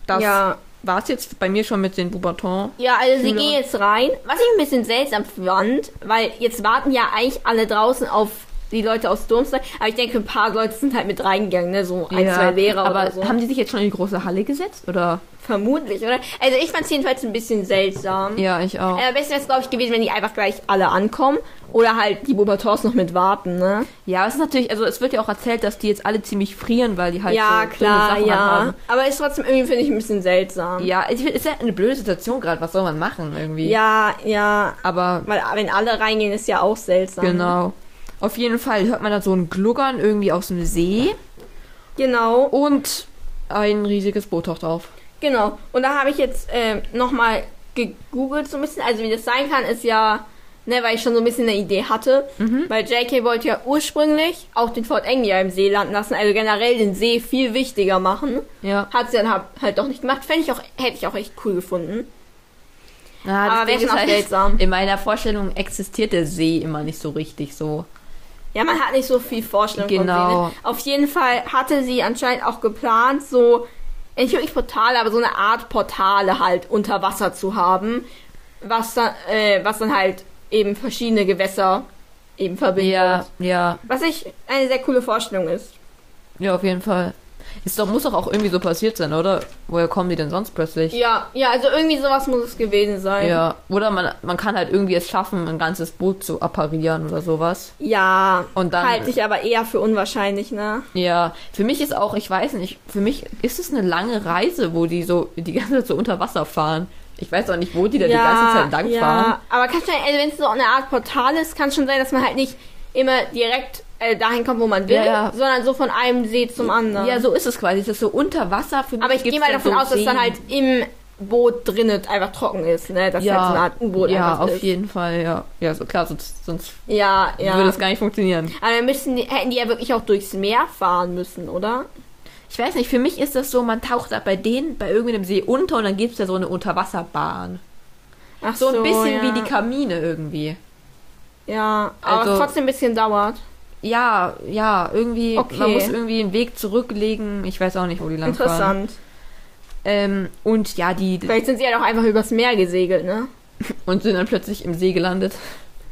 Das Ja, war's jetzt bei mir schon mit den Boubaton. ja, also sie Schüler. gehen jetzt rein. Was ich ein bisschen seltsam fand, weil jetzt warten ja eigentlich alle draußen auf die Leute aus Durmstein. Aber ich denke, ein paar Leute sind halt mit reingegangen, ne? So ein, zwei Lehrer aber oder so. haben die sich jetzt schon in die große Halle gesetzt? Oder? Vermutlich, oder? Also ich fand es jedenfalls ein bisschen seltsam. Ja, ich auch. Äh, besser wäre es, glaube ich, gewesen, wenn die einfach gleich alle ankommen. Oder halt die Bubertors noch mit warten, ne? Ja, es ist natürlich, also es wird ja auch erzählt, dass die jetzt alle ziemlich frieren, weil die halt ja, so klar, dumme Sachen ja. anhaben. Aber ist trotzdem irgendwie, finde ich, ein bisschen seltsam. Ja, ich find, ist ja eine blöde Situation gerade, was soll man machen irgendwie? ja, ja. Aber Weil wenn alle reingehen, ist ja auch seltsam. genau. Auf jeden Fall hört man da so ein Gluckern irgendwie aus dem See. Genau, Und ein riesiges Boot taucht auf. genau. Und da habe ich jetzt ähm, nochmal gegoogelt so ein bisschen. Also wie das sein kann, ist ja, ne, weil ich schon so ein bisschen eine Idee hatte. Weil JK wollte ja ursprünglich auch den Fort Anglia im See landen lassen. Also generell den See viel wichtiger machen. Ja. Hat sie dann hab, halt doch nicht gemacht. Fände ich auch, hätte ich auch echt cool gefunden. Na, Aber wäre schon auch seltsam. halt, in meiner Vorstellung existiert der See immer nicht so richtig so. Ja, man hat nicht so viel Vorstellung Genau. von denen. Auf jeden Fall hatte sie anscheinend auch geplant, so, nicht wirklich Portale, aber so eine Art Portale halt unter Wasser zu haben, was dann, äh, was dann halt eben verschiedene Gewässer eben verbindet. Ja, ja, Was ich eine sehr coole Vorstellung ist. ja, auf jeden Fall. Ist doch, muss doch auch irgendwie so passiert sein, oder? Woher kommen die denn sonst plötzlich? Ja, ja, also irgendwie sowas muss es gewesen sein. Ja, oder man, man kann halt irgendwie es schaffen, ein ganzes Boot zu apparieren oder sowas. Ja, Und dann- halte ich aber eher für unwahrscheinlich, ne? Ja, für mich ist auch, ich weiß nicht, für mich ist es eine lange Reise, wo die so die ganze Zeit so unter Wasser fahren. Ich weiß auch nicht, wo die da die ganze Zeit lang ja, fahren. Aber kann schon, also wenn es so eine Art Portal ist, kann schon sein, dass man halt nicht immer direkt äh, dahin kommt, wo man will, Ja, ja. sondern so von einem See zum anderen. Ja, so ist es quasi. Es ist so unter Wasser. Für mich aber ich gehe gibt's mal dann davon so aus, dass dann Seen. halt im Boot drinnen einfach trocken ist, ne? Dass halt so eine Art U-Boot ja, einfach auf ist. jeden Fall, ja. Ja, so klar, sonst, sonst Ja, ja. würde es gar nicht funktionieren. aber dann müssen die, hätten die ja wirklich auch durchs Meer fahren müssen, oder? Ich weiß nicht, für mich ist das so, man taucht da bei denen bei irgendeinem See unter und dann gibt es da so eine Unterwasserbahn. Ach So ein bisschen ja. wie die Kamine irgendwie. Ja, aber was Also- trotzdem ein bisschen dauert. ja, ja, irgendwie, Okay. man muss irgendwie einen Weg zurücklegen. Ich weiß auch nicht, wo die lang fahren. Interessant. Ähm, und ja, die Vielleicht sind sie ja doch einfach übers Meer gesegelt, ne? und sind dann plötzlich im See gelandet.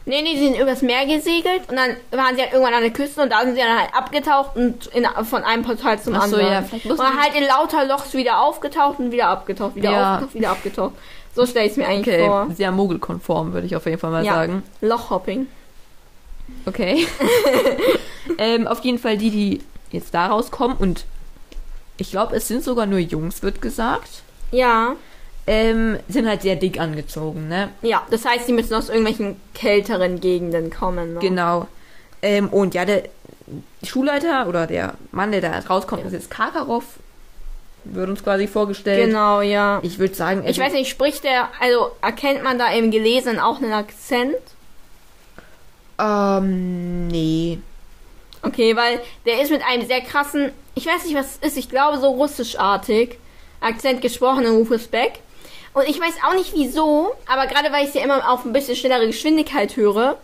Nee, nee, sie sind übers Meer gesegelt und dann waren sie halt irgendwann an der Küste und da sind sie dann halt abgetaucht und in, von einem Portal zum Ach so, anderen. ja, vielleicht und mussten dann halt in lauter Lochs wieder aufgetaucht und wieder abgetaucht, wieder Ja. aufgetaucht, wieder abgetaucht. So stelle ich es mir eigentlich Okay, vor. sehr mogelkonform, würde ich auf jeden Fall mal Ja. sagen. Lochhopping. Okay. ähm, auf jeden Fall die, die jetzt da rauskommen und ich glaube, es sind sogar nur Jungs, wird gesagt. Ja. Ähm, sind halt sehr dick angezogen, ne? Ja, das heißt, sie müssen aus irgendwelchen kälteren Gegenden kommen. Ne? Genau. Ähm, und ja, der Schulleiter oder der Mann, der da rauskommt, ist jetzt Karkaroff. Wird uns quasi vorgestellt. Genau, ja. Ich würde sagen, Ich weiß nicht, spricht der, also erkennt man da im Gelesenen auch einen Akzent? Ähm, nee. Okay, weil der ist mit einem sehr krassen, ich weiß nicht, was es ist, ich glaube so russischartig, Akzent gesprochen in Rufus Beck. Und ich weiß auch nicht wieso, aber gerade weil ich sie immer auf ein bisschen schnellere Geschwindigkeit höre,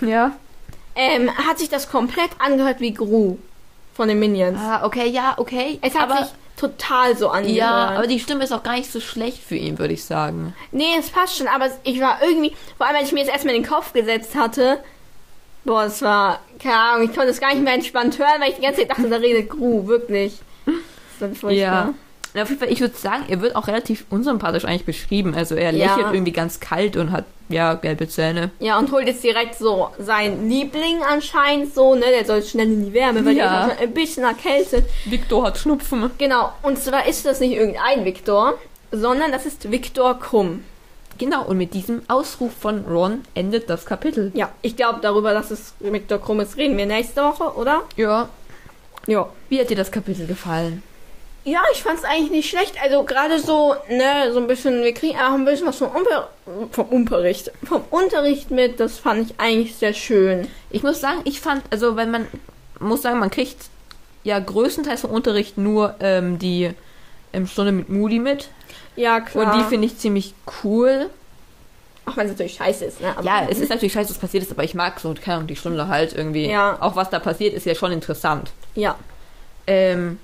Ja. ähm, hat sich das komplett angehört wie Gru von den Minions. Ah, okay, ja, okay. Es hat aber, sich total so angehört. ja, aber die Stimme ist auch gar nicht so schlecht für ihn, würde ich sagen. Nee, es passt schon, aber ich war irgendwie, vor allem, als ich mir jetzt erstmal in den Kopf gesetzt hatte, boah, es war, keine Ahnung, ich konnte es gar nicht mehr entspannt hören, weil ich die ganze Zeit dachte, da redet Gru, wirklich. Das war furchtbar. Ja. Und auf jeden Fall, ich würde sagen, er wird auch relativ unsympathisch eigentlich beschrieben. Also er Ja. lächelt irgendwie ganz kalt und hat, ja, gelbe Zähne. Ja, und holt jetzt direkt so seinen Liebling anscheinend so, ne, der soll schnell in die Wärme, weil Ja. der ist schon ein bisschen erkältet. Victor hat Schnupfen. Genau, und zwar ist das nicht irgendein Viktor, sondern das ist Viktor Krumm. Genau, und mit diesem Ausruf von Ron endet das Kapitel. Ja, ich glaube, darüber, dass es Viktor Krumm ist, reden wir nächste Woche, oder? Ja. Ja. Wie hat dir das Kapitel gefallen? Ja, ich fand's eigentlich nicht schlecht. Also gerade so, ne, so ein bisschen, wir kriegen auch ein bisschen was vom, Unter vom Unterricht, vom Unterricht mit. Das fand ich eigentlich sehr schön. Ich muss sagen, ich fand, also wenn man, muss sagen, man kriegt ja größtenteils vom Unterricht nur ähm, die ähm, Stunde mit Moody mit. Ja, klar. Und die finde ich ziemlich cool. mhm. auch wenn es natürlich scheiße ist, ne? aber- Ja, es ist natürlich scheiße, was passiert ist, aber ich mag so, keine Ahnung, die Stunde halt irgendwie. Ja. Auch was da passiert, ist ja schon interessant. ja. Ähm,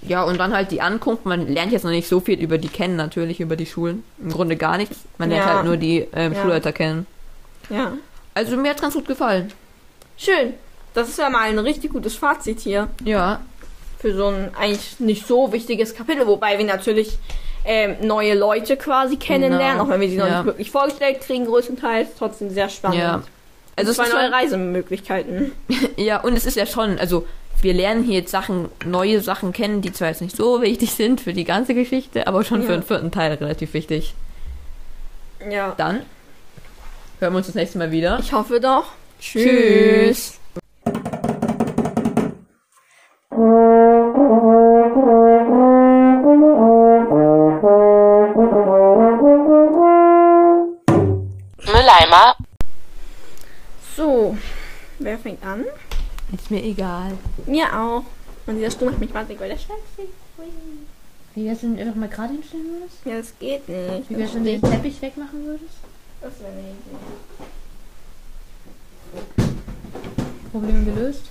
ja, und dann halt die Ankunft. Man lernt jetzt noch nicht so viel über die kennen, natürlich, über die Schulen. Im Grunde gar nichts. Man lernt Ja. halt nur die ähm, Ja. Schulleiter kennen. Ja. Also mir hat's ganz gut gefallen. Schön. Das ist ja mal ein richtig gutes Fazit hier Ja. für so ein eigentlich nicht so wichtiges Kapitel, wobei wir natürlich ähm, neue Leute quasi kennenlernen, Genau. auch wenn wir sie noch Ja. nicht wirklich vorgestellt kriegen, größtenteils. Trotzdem sehr spannend. Ja. Also es Zwei ist neue schon, Reisemöglichkeiten. ja, und es ist ja schon, also wir lernen hier jetzt Sachen, neue Sachen kennen, die zwar jetzt nicht so wichtig sind für die ganze Geschichte, aber schon für Ja. den vierten Teil relativ wichtig. Ja. Dann hören wir uns das nächste Mal wieder. Ich hoffe doch. Tschüss. Mülleimer. So, wer fängt an? Ist mir egal. Mir auch. Und dieser Stuhl macht mich wahnsinnig, weil der schlecht ist. Wie wär's, wenn du einfach mal gerade hinstellen würdest? Ja, das geht nicht. Wie wär's, wenn du den Teppich wegmachen würdest? Das wäre eine Idee. Problem gelöst.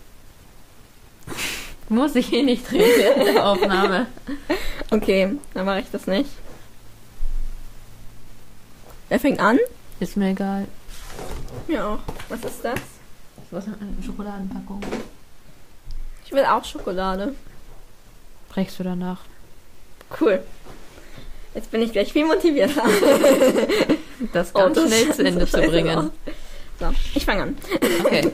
Muss ich hier nicht drehen. Aufnahme. Okay, dann mache ich das nicht. Wer fängt an? Ist mir egal. Mir auch. Was ist das? Was mit einer Schokoladenpackung? Ich will auch Schokolade. Brechst du danach? Cool. Jetzt bin ich gleich viel motivierter. Das ganz Oh, das- schnell zu Ende das zu weiß ich bringen. auch. So, ich fange an. Okay.